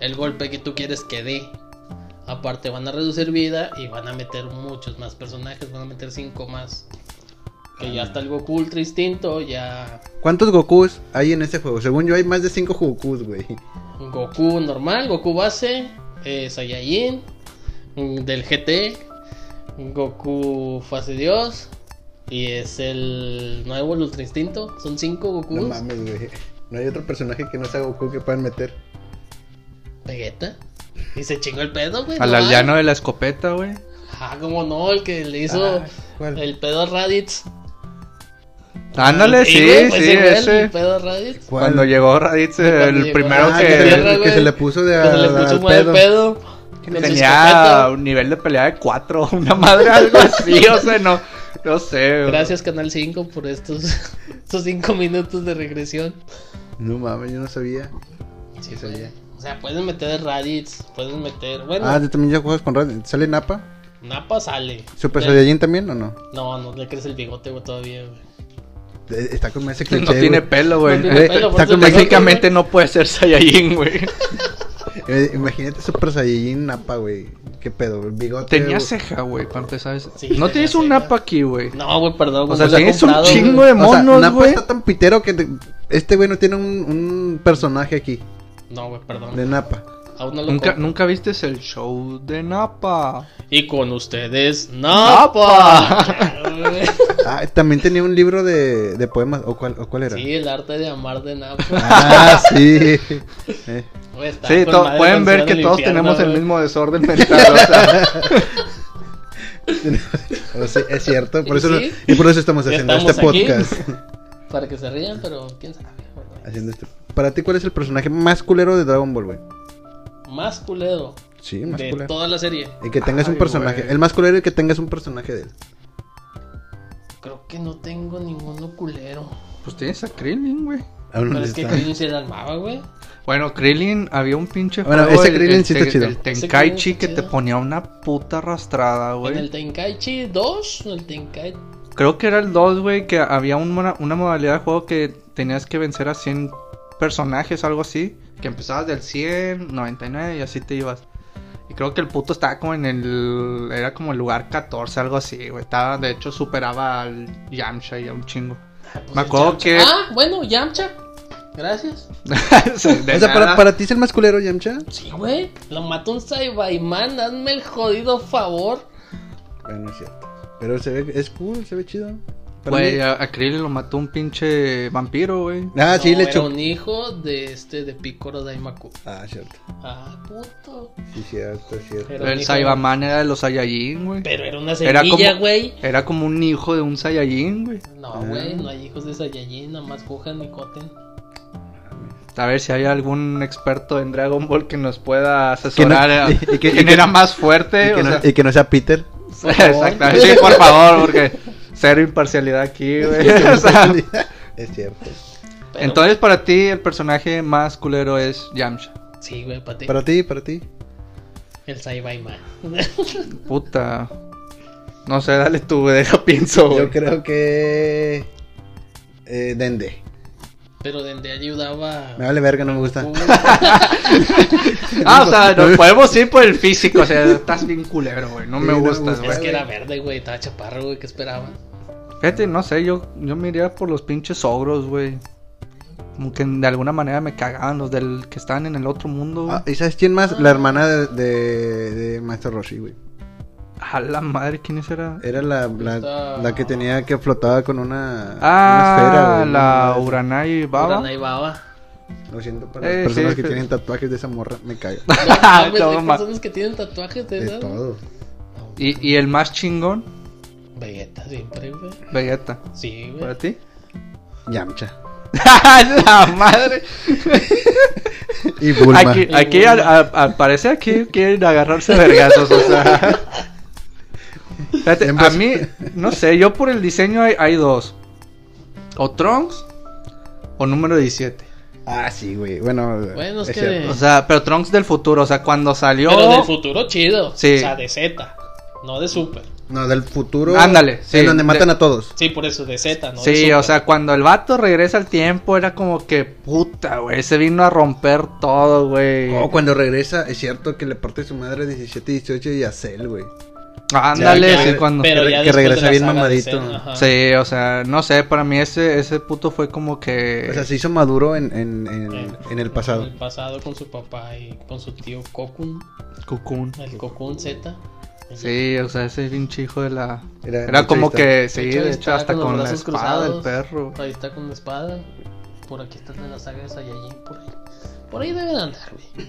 S2: el golpe que tú quieres que dé. Aparte van a reducir vida y van a meter muchos más personajes, van a meter cinco más. Que ya está el Goku Ultra Instinto, ya
S1: ¿Cuántos Gokus hay en ese juego? Según yo hay más de 5 Gokus, güey.
S2: Goku normal, Goku base, eh, Saiyajin, mm, del GT, Goku fase Dios, y es el nuevo el Ultra Instinto. Son cinco Gokus.
S1: No mames, güey. No hay otro personaje que no sea Goku que puedan meter.
S2: Vegeta. Y se chingó el pedo, güey.
S3: Al
S2: no
S3: aldeano
S2: mames.
S3: de la escopeta, güey.
S2: Ah, como no, el que le hizo
S1: Ah, ¿cuál?
S2: el pedo a Raditz.
S3: Ándale,
S2: Sí, güey,
S3: sí,
S2: pues
S3: sí,
S2: ese güey, El
S3: ese.
S2: pedo a Raditz.
S1: ¿Cuál?
S3: Cuando llegó Raditz,
S2: Cuando
S3: el
S2: llegó
S3: primero
S2: Raditz,
S1: Ah,
S3: que...
S1: que, se le-
S2: Tierra,
S1: que se
S2: güey.
S1: le puso de
S2: Que se le
S1: al-
S2: puso
S1: Ah, al
S2: un mal
S1: pedo.
S2: pedo. con su
S3: Tenía
S2: escopeta.
S3: un nivel de pelea de 4, una madre algo así, o sea, no, no sé. güey.
S2: Gracias, Canal 5, por estos, estos cinco minutos de regresión.
S1: No mames, yo no sabía. Sí,
S2: Sí, güey.
S1: sabía.
S2: O sea, pueden meter Raditz, pueden meter. Bueno,
S1: Ah, ¿tú también ya juegas con Raditz. ¿Sale Napa?
S2: Napa sale.
S1: ¿Super
S2: Le-
S1: Saiyajin también o no?
S2: No, no le crece el bigote, güey, todavía, güey.
S1: Eh, Está con ese cliché,
S3: No tiene
S1: güey.
S3: pelo, güey. eh,
S2: No tiene pelo, por
S3: Está
S2: eso
S3: como-
S2: te digo,
S3: Técnicamente no puede ser Saiyajin, güey.
S1: Eh, Imagínate Super Saiyajin Napa, güey. ¿Qué pedo? El bigote.
S3: Tenía
S1: güey.
S3: ceja, güey, para empezar.
S2: Sí,
S3: no
S2: tenía
S3: tienes un
S2: ceja.
S3: napa aquí, güey.
S2: No, güey, perdón,
S3: O
S2: güey,
S3: sea,
S2: me lo he
S3: tienes un
S2: comprado, güey.
S3: chingo de
S1: O sea,
S3: monos,
S1: Napa
S3: güey.
S1: está tan pitero que te- este güey no tiene un, un personaje aquí
S2: No, güey, perdón.
S1: de Napa.
S2: Aún no lo
S3: Nunca,
S2: compro.
S3: nunca viste el show de Napa.
S2: Y con ustedes,
S3: Napa.
S2: Napa. güey.
S1: Ah, también tenía un libro de, de poemas. ¿O cuál, ¿O cuál era?
S2: sí, el arte de amar de Napa.
S1: Ah, sí. Eh,
S2: Güey, está
S3: Sí,
S2: con
S3: to-
S2: madre
S3: pueden ver
S2: canción
S3: que
S2: del
S3: todos
S2: infierno,
S3: tenemos el
S2: güey.
S3: mismo desorden mental. o sea,
S1: o sea, es cierto. Por eso,
S2: ¿Sí?
S1: Y por eso estamos
S2: Ya
S1: haciendo este
S2: estamos aquí.
S1: podcast.
S2: Para que se rían, pero quién sabe. güey.
S1: Haciendo este- Para ti, ¿cuál es el personaje más culero de Dragon Ball, güey?
S2: Más culero
S1: Sí, más
S2: de
S1: culero.
S2: toda la serie.
S1: El que tengas
S3: Ay,
S1: un personaje.
S3: güey.
S1: El más culero y que tengas un personaje de él.
S2: Creo que no tengo ninguno culero.
S3: pues tienes a Krillin, güey.
S1: Aún no
S2: Pero es que
S1: está.
S2: Krillin se la armaba, güey.
S3: Bueno, Krillin, había un pinche
S1: Bueno,
S3: juego,
S1: ese
S3: el-
S1: Krillin
S3: el
S1: sí está
S3: te-
S1: chido.
S3: El
S2: Ese
S3: Tenkaichi
S2: Krillin
S3: que
S2: está
S3: te
S2: chido.
S3: ponía una puta arrastrada, güey.
S2: En el Tenkaichi 2, el Tenkaichi.
S3: Creo que era el 2, güey, que había un mona- una modalidad de juego que tenías que vencer a 100 personajes, algo así. Que empezabas del 100, 99 y así te ibas. Y creo que el puto estaba como en el... Era como el lugar 14, algo así, güey. Estaba, de hecho, superaba al Yamcha y a un chingo. Me acuerdo que...
S2: Ah, bueno, Yamcha. Gracias.
S3: o sea, de
S1: O sea, para,
S3: nada.
S1: para ti es el más culero, Yamcha.
S2: Sí, güey. Lo mató un Saibaiman. Hazme el jodido favor.
S1: Bueno, es cierto. Pero se ve, es cool, se ve chido. Para
S3: Güey,
S1: mí-
S3: a, a Krillin lo mató un pinche vampiro, güey.
S1: Ah, sí,
S2: No,
S1: le
S2: era
S1: chocó.
S2: un hijo de este, de Picoro Daimaku.
S1: Ah, cierto.
S2: Ah, puto.
S1: Sí, cierto, cierto.
S2: Pero
S3: El
S2: hijo-
S3: Saibaman era de los Saiyajin, güey.
S2: Pero era una
S3: Era
S2: semilla,
S3: como- Ah.
S2: güey.
S3: Era como un hijo de un Saiyajin, güey.
S2: No, güey, no hay hijos de Saiyajin. Nada más cojan y coten.
S3: A ver si hay algún experto en Dragon Ball que nos pueda asesorar
S1: Que no-
S3: eh,
S1: y que-
S3: quién
S1: y que-
S3: era más fuerte.
S1: Y que,
S3: o
S1: no,
S3: sea-
S1: y que no sea Peter.
S3: Exactamente, sí, por favor, porque cero imparcialidad aquí, güey. O sea,
S1: es cierto.
S2: Pero-
S3: entonces, para ti, el personaje más culero es Yamcha.
S2: Sí, güey, para ti.
S1: Para ti, para ti.
S2: El Saibaiman.
S3: Puta. No sé, dale tú, güey, deja pienso, güey.
S1: Yo creo que. Eh, Dende.
S2: Pero Dende ayudaba.
S1: Me vale verga, no me gusta.
S3: Ah, o sea, nos podemos ir por el físico, o sea, estás bien culero, güey. No
S1: Sí,
S3: me
S1: no me
S3: gustas,
S1: gusta.
S2: Es
S3: güey.
S2: que era verde, güey. Estaba chaparro, güey. ¿Qué esperaban?
S3: Fíjate, no sé, yo, yo me iría por los pinches ogros, güey. Como que de alguna manera me cagaban los del que estaban en el otro mundo. güey.
S1: Ah, ¿Y sabes quién más? La hermana de, de, de Maestro Roshi, güey.
S3: A la madre, ¿quién esa era?
S1: Era la, la,
S2: Esta-
S1: la que tenía que flotaba con una, una
S3: Ah,
S1: güey,
S3: la
S1: una-
S3: Uranai Baba.
S2: Uranai Baba.
S1: Lo siento para
S3: Eh,
S1: las personas
S3: sí,
S1: que
S3: sí.
S1: tienen tatuajes de esa morra, me cago.
S2: No mames,
S3: Ah, No,
S2: hay
S3: ma-
S2: personas que tienen tatuajes de,
S1: De
S2: esas.
S1: todo.
S2: No,
S3: Y, y el más chingón,
S2: Vegeta siempre, güey.
S3: Vegeta.
S2: Sí, güey.
S3: ¿Para ti?
S1: Yamcha.
S3: ¡La madre!
S1: Y Bulma.
S3: Aquí, aquí al, al- al parecer aquí quieren agarrarse a vergazos, o sea. Fíjate, a
S1: Ambas.
S3: mí, no sé, yo por el diseño hay, hay dos. O Trunks o número 17.
S1: Ah, sí, güey. Bueno,
S2: Bueno, es que-
S1: cierto.
S3: O sea, pero Trunks del futuro, o sea, cuando salió...
S2: Pero del futuro chido.
S3: Sí.
S2: O sea, de Z. No de Super.
S1: No, del futuro.
S3: Ándale, sí,
S1: En donde
S3: de-
S1: matan a todos.
S2: Sí, por eso, de Z, ¿no? de
S3: sí,
S2: Super.
S3: o sea, cuando el vato regresa al tiempo era como que puta, güey, se vino a romper todo, güey.
S1: Oh, cuando regresa, es cierto que le parte su madre a 17, 18 y a Cell, güey.
S3: Ándale,
S1: Ya, ya,
S3: sí, cuando...
S1: que- que
S2: después de
S1: regresa
S2: la
S1: bien
S2: saga de
S1: mamadito.
S2: Z, ajá.
S3: Sí, o sea, no sé, para mí ese, ese puto fue como que...
S1: O sea, se hizo maduro en, en, en-
S2: En-
S1: en el pasado.
S2: En el pasado con su papá y con su tío Cocoon,
S3: Cocoon.
S2: el Cocoon Z.
S3: Sí, o sea, ese pinche hijo de la...
S1: Era-
S3: Era,
S1: de
S3: como
S1: hecho,
S3: que,
S2: De
S3: sí,
S2: hecho, ahí
S3: de hecho,
S2: está
S3: hasta
S2: con los
S3: con la
S2: brazos
S3: espada del
S2: cruzados.
S3: perro.
S2: Ahí está con la espada. Por aquí está el de la saga de Saiyajin. Por ahí, por ahí deben andar, güey.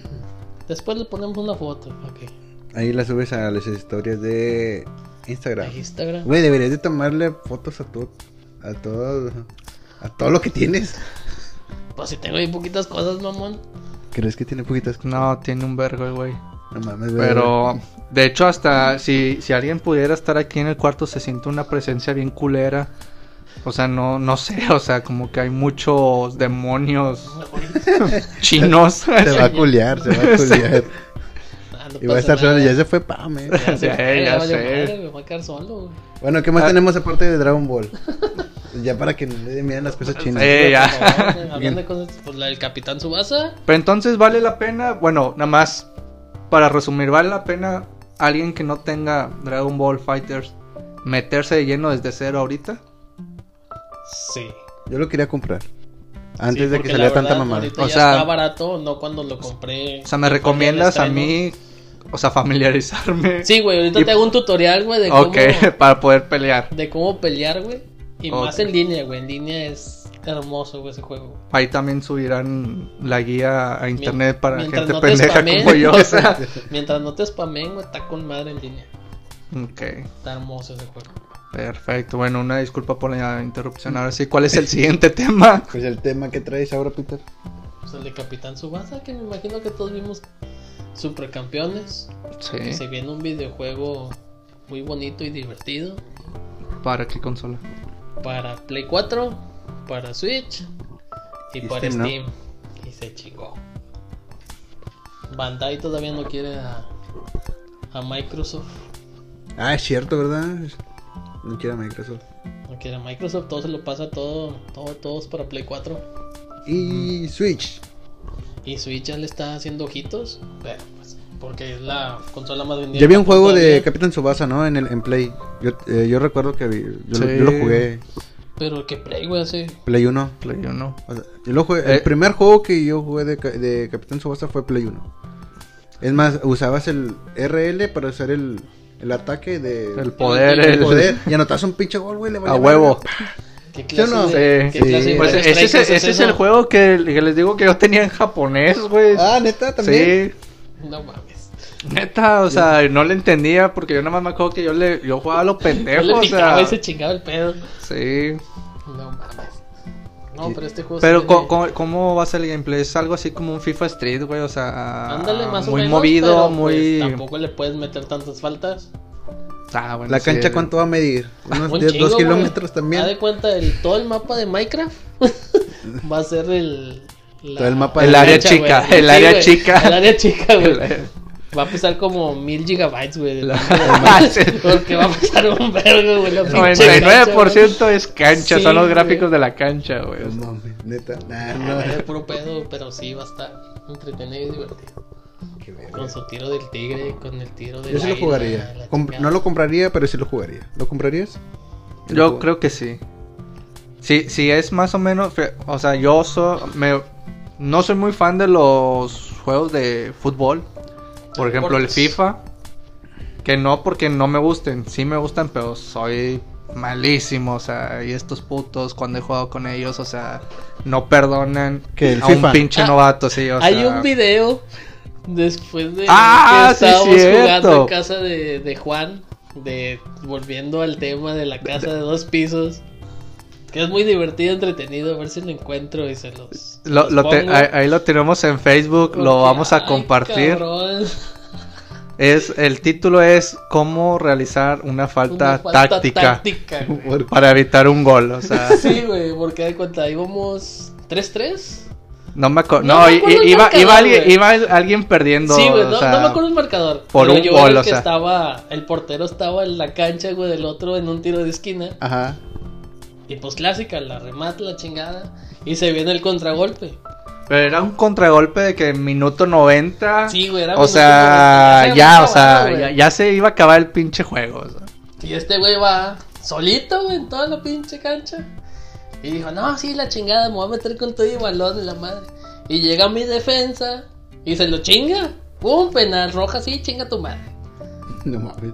S2: Después le ponemos una foto. Ok.
S1: Ahí la subes a las historias de Instagram.
S2: A Instagram.
S1: Güey, deberías de tomarle fotos a todo. A todo. A todo lo que tienes.
S2: Pues si tengo ahí poquitas cosas, mamón.
S1: ¿Crees que tiene poquitas cosas?
S3: No, tiene un vergo el güey.
S1: No mames, güey.
S3: Pero, de hecho, hasta si, si alguien pudiera estar aquí en el cuarto, se siente una presencia bien culera. O sea, no, no sé, o sea, como que hay muchos demonios chinos.
S1: Se va a culiar, se va a culiar.
S2: Ah, no
S1: y va a
S2: pasa
S1: estar solo,
S2: nada.
S1: ya se fue, pam, eh.
S2: Ya se
S3: Ya,
S2: fue,
S3: ya
S2: valió
S3: sé.
S2: madre, güey, voy a quedar solo, güey.
S1: Bueno, ¿qué más
S3: Ah.
S1: tenemos aparte de Dragon Ball? ya para que no le miren las cosas chinas.
S3: Eh, ya.
S2: Por favor, güey,
S1: Bien.
S2: Hablando de cosas, pues la del Capitán Subasa.
S3: Pero entonces, ¿vale la pena? Bueno, nada más, para resumir, ¿vale la pena alguien que no tenga Dragon Ball Fighters meterse de lleno desde cero ahorita?
S2: Sí.
S1: Yo lo quería comprar. Antes
S2: Sí,
S1: de que
S2: porque
S1: saliera
S2: la
S1: tanta
S2: verdad,
S1: mamada.
S2: ahorita
S3: O
S2: ya
S3: sea-
S2: está barato, no cuando lo compré.
S3: O sea, ¿me recomiendas a mí, o sea, familiarizarme?
S2: Sí, güey, ahorita
S3: Y-
S2: te hago un tutorial, güey, de
S3: Ok,
S2: cómo
S3: para poder pelear.
S2: de cómo pelear, güey. Y
S3: Ok.
S2: más en línea, güey. En línea es hermoso, güey, ese juego. güey.
S3: Ahí también subirán la guía a internet para
S2: mientras
S3: gente
S2: no te
S3: pendeja
S2: spamen.
S3: como yo. o sea.
S2: Mientras no te spamen, güey, está con madre en línea.
S3: ok,
S2: Está hermoso ese juego.
S3: perfecto. Bueno, una disculpa por la interrupción. Ahora sí, ¿cuál es el siguiente tema?
S1: Pues el tema que traes ahora, Peter.
S2: Pues el de Capitán Subasa, que me imagino que todos vimos supercampeones.
S3: Sí,
S2: Se viene un videojuego muy bonito y divertido
S3: ¿para qué consola?
S2: para Play 4, para Switch y,
S1: Y
S2: para
S1: Steam, ¿no?
S2: Steam. Y se chingó. Bandai todavía no quiere a, a Microsoft.
S1: Ah, es cierto, ¿verdad? No quiero Microsoft.
S2: No quiere a Microsoft, todo se lo pasa todo, todo, todos para Play 4.
S1: Y Switch.
S2: Y Switch ya le está haciendo ojitos, pero pues, porque es la consola más vendida.
S1: Yo vi un juego de
S2: todavía,
S1: Capitán Subasa, ¿no? En el en Play. Yo, eh, yo recuerdo que vi- yo, lo-
S3: Sí.
S1: yo lo jugué
S2: Pero que Play, güey, hace.
S1: Play 1.
S3: Play yo no.
S1: O sea, yo lo jugué-
S3: Eh.
S1: El primer juego que yo jugué de, ca- de Capitán Subasa fue Play 1. Es más, usabas el RL para usar el, el ataque de...
S3: El poder,
S2: el
S3: el,
S1: el poder. Y anotabas un pinche gol, güey. le valía
S3: A
S1: madre.
S3: huevo.
S2: ¿Qué
S1: Yo
S2: clase
S1: no
S2: de-
S3: sé,
S2: qué
S1: sí.
S2: clase de
S1: Pues
S3: ese ese es,
S2: strikers
S3: ese es el
S2: eso?
S3: juego que, que les digo que yo tenía en japonés, güey.
S1: Ah, neta, también.
S3: sí.
S2: No mames.
S3: Neta, o sea, no le entendía porque yo nada más me acuerdo que yo le yo jugaba a los
S2: Yo
S3: pendejos,
S2: le
S3: o
S2: picaba
S3: sea,
S2: y se chingaba el pedo.
S3: sí.
S2: No mames. No, pero este juego.
S3: Pero
S2: sí
S3: co-
S2: tiene-
S3: co- ¿cómo va a ser el gameplay? Es algo así como un FIFA Street, güey, o sea,
S2: Ándale, más o
S3: ah, muy
S2: menos,
S3: movido,
S2: pero,
S3: muy
S2: pues, tampoco le puedes meter tantas faltas.
S3: Ah, bueno,
S1: La
S3: sí,
S1: cancha
S3: el-
S1: cuánto va a medir? Unos
S2: Un
S1: 10,
S2: chingo,
S1: 2
S2: güey.
S1: kilómetros también.
S2: Haz de cuenta, el, todo el mapa de Minecraft va a ser el. la-
S1: Todo el mapa
S3: El
S1: de
S3: área
S2: cancha,
S3: chica,
S2: güey.
S3: el
S2: Sí,
S3: área
S2: güey,
S3: chica.
S2: El área chica, güey.
S3: El-
S2: Va a pesar como mil gigabytes, güey. de
S3: La- Ah,
S2: tanto
S3: Sí.
S2: de- Porque va a pesar un vergo, güey. la
S3: el
S2: pinche cancha,
S3: 99% es cancha,
S2: Sí,
S3: son los
S2: güey. Pues
S3: gráficos de la cancha, güey.
S1: Pues No mames, neta. Nah,
S2: güey. Es
S1: no.
S2: puro pedo, pero sí va a estar entretenido y divertido.
S1: Qué verga.
S2: Con su tiro del tigre, con el tiro del
S1: Yo sí lo
S2: águila,
S1: jugaría.
S2: la
S1: Com-
S2: chingada.
S1: no lo compraría, pero sí lo jugaría. ¿Lo comprarías?
S3: Yo creo que sí. Sí, sí es más o menos, fe- o sea, yo so- me- no soy muy fan de los juegos de fútbol. Por ejemplo, el
S2: Deportes.
S3: FIFA. Que no porque no me gusten, sí me gustan, pero soy malísimo, o sea, y estos putos cuando he jugado con ellos, o sea, no perdonan
S1: ¿Qué, el
S3: a
S1: FIFA?
S3: un pinche
S2: Ah,
S3: novato, sí, o
S2: Hay
S3: sea,
S2: un video después de
S3: Ah,
S2: que
S3: sí,
S2: estábamos
S3: cierto.
S2: jugando en casa de, de Juan, de volviendo al tema de la casa de dos pisos. Que es muy divertido, entretenido, a ver si lo encuentro y se los.
S3: lo-
S2: los
S3: lo te-
S2: pongo.
S3: ahí, ahí lo tenemos en Facebook, lo
S2: Porque,
S3: vamos
S2: ay,
S3: a compartir.
S2: cabrón,
S3: Es el título es cómo realizar una falta,
S2: una falta
S3: táctica,
S2: táctica, güey.
S1: Por-
S3: para evitar un gol, o sea,
S2: Sí, güey, porque de cuenta íbamos 3-3.
S3: no me acuerdo,
S2: No
S3: no,
S2: me
S3: i-
S2: acuerdo el
S3: iba iba
S2: marcador,
S3: alguien,
S2: güey.
S3: iba alguien perdiendo,
S2: sí, güey,
S3: o
S2: no,
S3: sea,
S2: no me acuerdo el marcador.
S3: por
S2: pero
S3: un
S2: yo
S3: gol,
S2: era
S3: o
S2: el que
S3: sea.
S2: estaba, el portero estaba en la cancha, güey, del otro en un tiro de esquina.
S1: Ajá.
S2: Y pues clásica, la remata, la chingada. Y se viene el contragolpe.
S3: pero era un contragolpe de que en minuto 90
S2: Sí, güey, era
S3: O
S2: minuto
S3: sea,
S2: 90,
S3: ya, o
S2: acababa,
S3: sea,
S2: güey.
S3: ya, ya se iba a acabar el pinche juego. o sea.
S2: Y este güey va solito, güey, en toda la pinche cancha. Y dijo, no, sí, la chingada, me voy a meter con todo y balón en la madre. Y llega mi defensa y se lo chinga. Pum, penal roja, sí, chinga tu madre.
S1: No mames.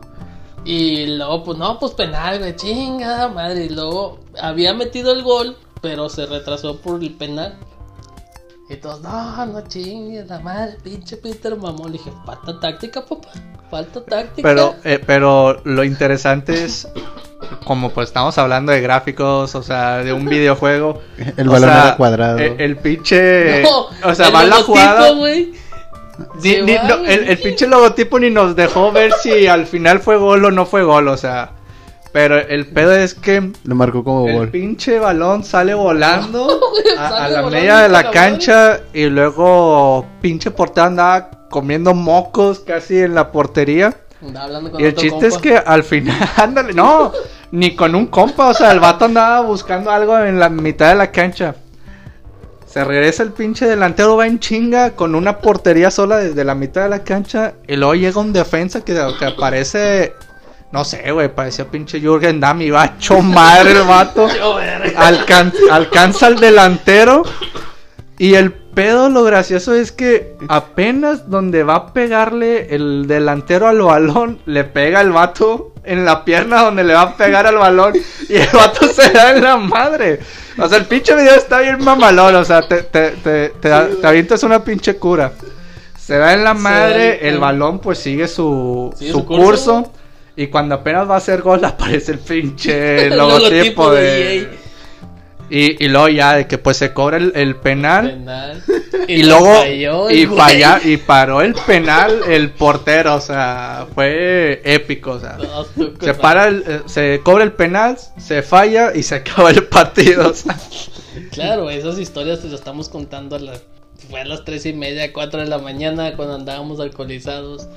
S2: Y luego, pues no, pues penal, güey, chingada madre. Y luego había metido el gol, pero se retrasó por el penal. Y todos, no, no chingues, la madre, pinche Peter mamón. Le dije, falta táctica, papá, falta táctica.
S3: Pero, eh, pero lo interesante es, como pues estamos hablando de gráficos, o sea, de un videojuego.
S1: El
S3: o
S1: balón
S3: sea,
S1: era cuadrado.
S3: eh, El, pinche.
S2: No,
S3: eh, o sea,
S2: el
S3: va la
S2: logotipo,
S3: jugada.
S2: güey.
S3: ni-
S2: se
S3: ni-
S2: va,
S3: no,
S2: güey.
S3: el, el pinche logotipo ni nos dejó ver si al final fue gol o no fue gol, o sea. Pero el pedo es que
S1: Lo marcó como
S3: El
S1: gol.
S3: pinche balón sale volando a,
S2: sale
S3: a la
S2: volando
S3: media de
S2: hasta
S3: la
S2: la
S3: cancha y luego pinche portero andaba comiendo mocos casi en la portería.
S2: Andaba hablando con
S3: Y el
S2: otro
S3: chiste es
S2: compa.
S3: que al final, ándale, no, ni con un compa, o sea, el vato andaba buscando algo en la mitad de la cancha. Se regresa el pinche delantero, va en chinga con una portería sola desde la mitad de la cancha. Y luego llega un defensa que, que aparece, no sé, güey, parecía pinche Jürgen Damm y va a chomar el vato.
S2: Yo, verga.
S3: Alcan- alcanza al delantero. Y el pedo, lo gracioso es que apenas donde va a pegarle el delantero al balón, le pega el vato en la pierna donde le va a pegar al balón y el vato se da en la madre. O sea, el pinche video está bien mamalón, o sea, te, te, te, te, da- te avientas una pinche cura. Se da en la
S2: Se
S3: madre,
S2: da en-
S3: el balón pues sigue su,
S2: Sigue
S3: su
S2: su curso.
S3: curso. y cuando apenas va a hacer gol aparece el pinche
S2: El
S3: logotipo
S2: logotipo de E
S3: de...
S2: EA.
S3: Y, y luego ya, de que pues se cobra el, el penal.
S2: Penal.
S3: Y,
S2: lo
S3: luego.
S2: falló el
S3: y,
S2: güey.
S3: falla- y paró el penal el portero. O sea, fue épico. O sea.
S2: No, tú,
S3: Se
S2: con-
S3: para el- eh, se cobra el penal, se falla y se acaba el partido. o sea.
S2: Claro, esas historias te las estamos contando a las, fue a las tres y media, cuatro de la mañana cuando andábamos alcoholizados.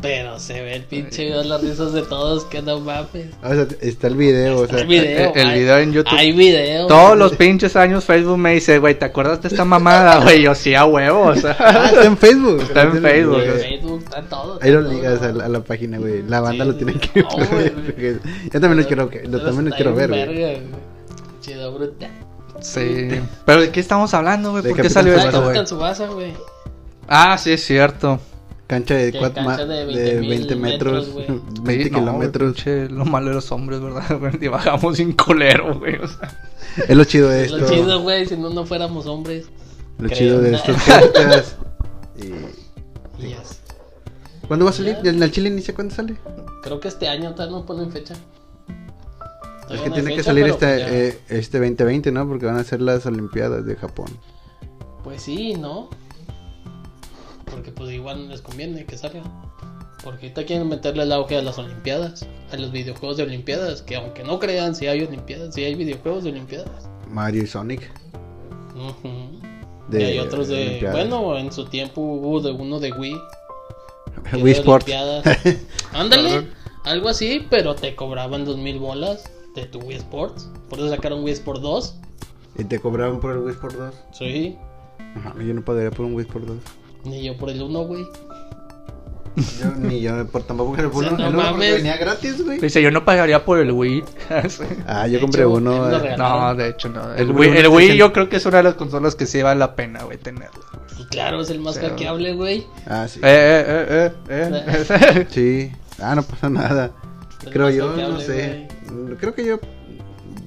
S2: Pero se ve el pinche video, las risas de todos, que no mames.
S1: Ah, O sea, está el video. o sea,
S2: Hay video,
S3: el- el
S2: hay-
S3: video en YouTube.
S2: Hay video.
S3: Todos los pinches años Facebook me dice, güey, ¿te acuerdas de esta mamada? Güey, yo sí a huevo, o sea.
S1: Ah, está en Facebook.
S3: Está en
S2: En
S3: Facebook,
S1: güey.
S3: güey.
S2: Facebook, está todo.
S1: Ahí lo
S2: está
S1: ligas a
S2: todo.
S1: la, a la página, güey. La banda
S2: Sí,
S1: lo tiene
S2: güey.
S1: que
S2: No,
S1: ver.
S2: güey.
S1: porque Yo también lo quiero, que- lo,
S2: Pero
S1: también lo
S2: está
S1: quiero
S2: bien
S1: ver, güey.
S2: verga, güey. Chido, brutal.
S3: Sí. Pero ¿de qué estamos hablando, güey?
S1: De
S3: ¿Por qué
S1: Capitán
S3: salió
S1: Tsubasa,
S3: esto, güey?
S2: en su base, güey.
S3: Ah, sí, es cierto.
S1: Cancha de,
S2: Que
S1: cuatro,
S2: cancha
S1: ma-
S2: de
S1: de
S2: 20.000
S1: 20 metros,
S2: metros, güey.
S1: 20
S3: Sí, no,
S1: kilómetros.
S3: pinche, lo malo de los hombres, ¿verdad? güey? Divagamos sin colero, güey. O sea.
S1: Es lo chido de
S2: Es
S1: esto.
S2: lo chido, güey, si no, no fuéramos hombres.
S1: Lo
S2: creo.
S1: chido de estos podcasts. Y-
S2: Y es-
S1: ¿Cuándo va a salir? ¿En el Chile inicia cuándo sale?
S2: Creo que este año tal no ponen fecha.
S1: Es que
S2: Todavía no hay
S1: tiene que
S2: fecha,
S1: salir
S2: pero
S1: este,
S2: pues ya.
S1: eh, este 2020, ¿no? Porque van a ser las Olimpiadas de Japón.
S2: Pues sí, ¿no? Porque pues igual les conviene que salga. Porque ahorita quieren meterle el auge a las Olimpiadas, a los videojuegos de Olimpiadas, que aunque no crean si hay Olimpiadas, si hay videojuegos de Olimpiadas.
S1: Mario y Sonic.
S2: Ujú.
S1: De
S2: y hay otros de...
S1: Olimpiadas.
S2: Bueno, en su tiempo hubo de uno de Wii. que
S1: Wii
S2: era
S1: Sports.
S2: Olimpiadas. Ándale, algo así, pero te cobraban dos mil bolas de tu Wii Sports. Por eso sacaron Wii Sports 2.
S1: ¿Y te cobraron por el Wii Sports 2?
S2: Sí,
S1: Ajá, yo no pagaría por un Wii Sports 2.
S2: ni yo por el uno, güey.
S1: Yo, ni yo por tampoco era
S2: O
S1: uno,
S2: sea,
S1: el uno
S2: no
S1: porque
S2: mames. Pues,
S1: venía gratis, güey.
S3: Dice, yo no pagaría por el Wii. Sí.
S1: Ah, yo
S2: De
S1: compré
S2: hecho,
S1: uno.
S2: él lo
S1: eh,
S2: regaló.
S3: no, de hecho no. El
S1: Yo
S3: Wii,
S1: compré
S3: el
S1: un
S3: Wii
S1: 360.
S3: yo creo que es una de las consolas que sí vale la pena, güey, tenerla.
S2: Y Pues claro, es el más
S3: O sea,
S2: hackeable, güey.
S1: Ah, sí.
S3: Eh, eh, eh, eh, eh.
S1: Sí. Ah, no pasa nada.
S2: Es
S1: Creo
S2: más
S1: yo,
S2: hackeable,
S1: no sé.
S2: güey.
S1: Creo que yo.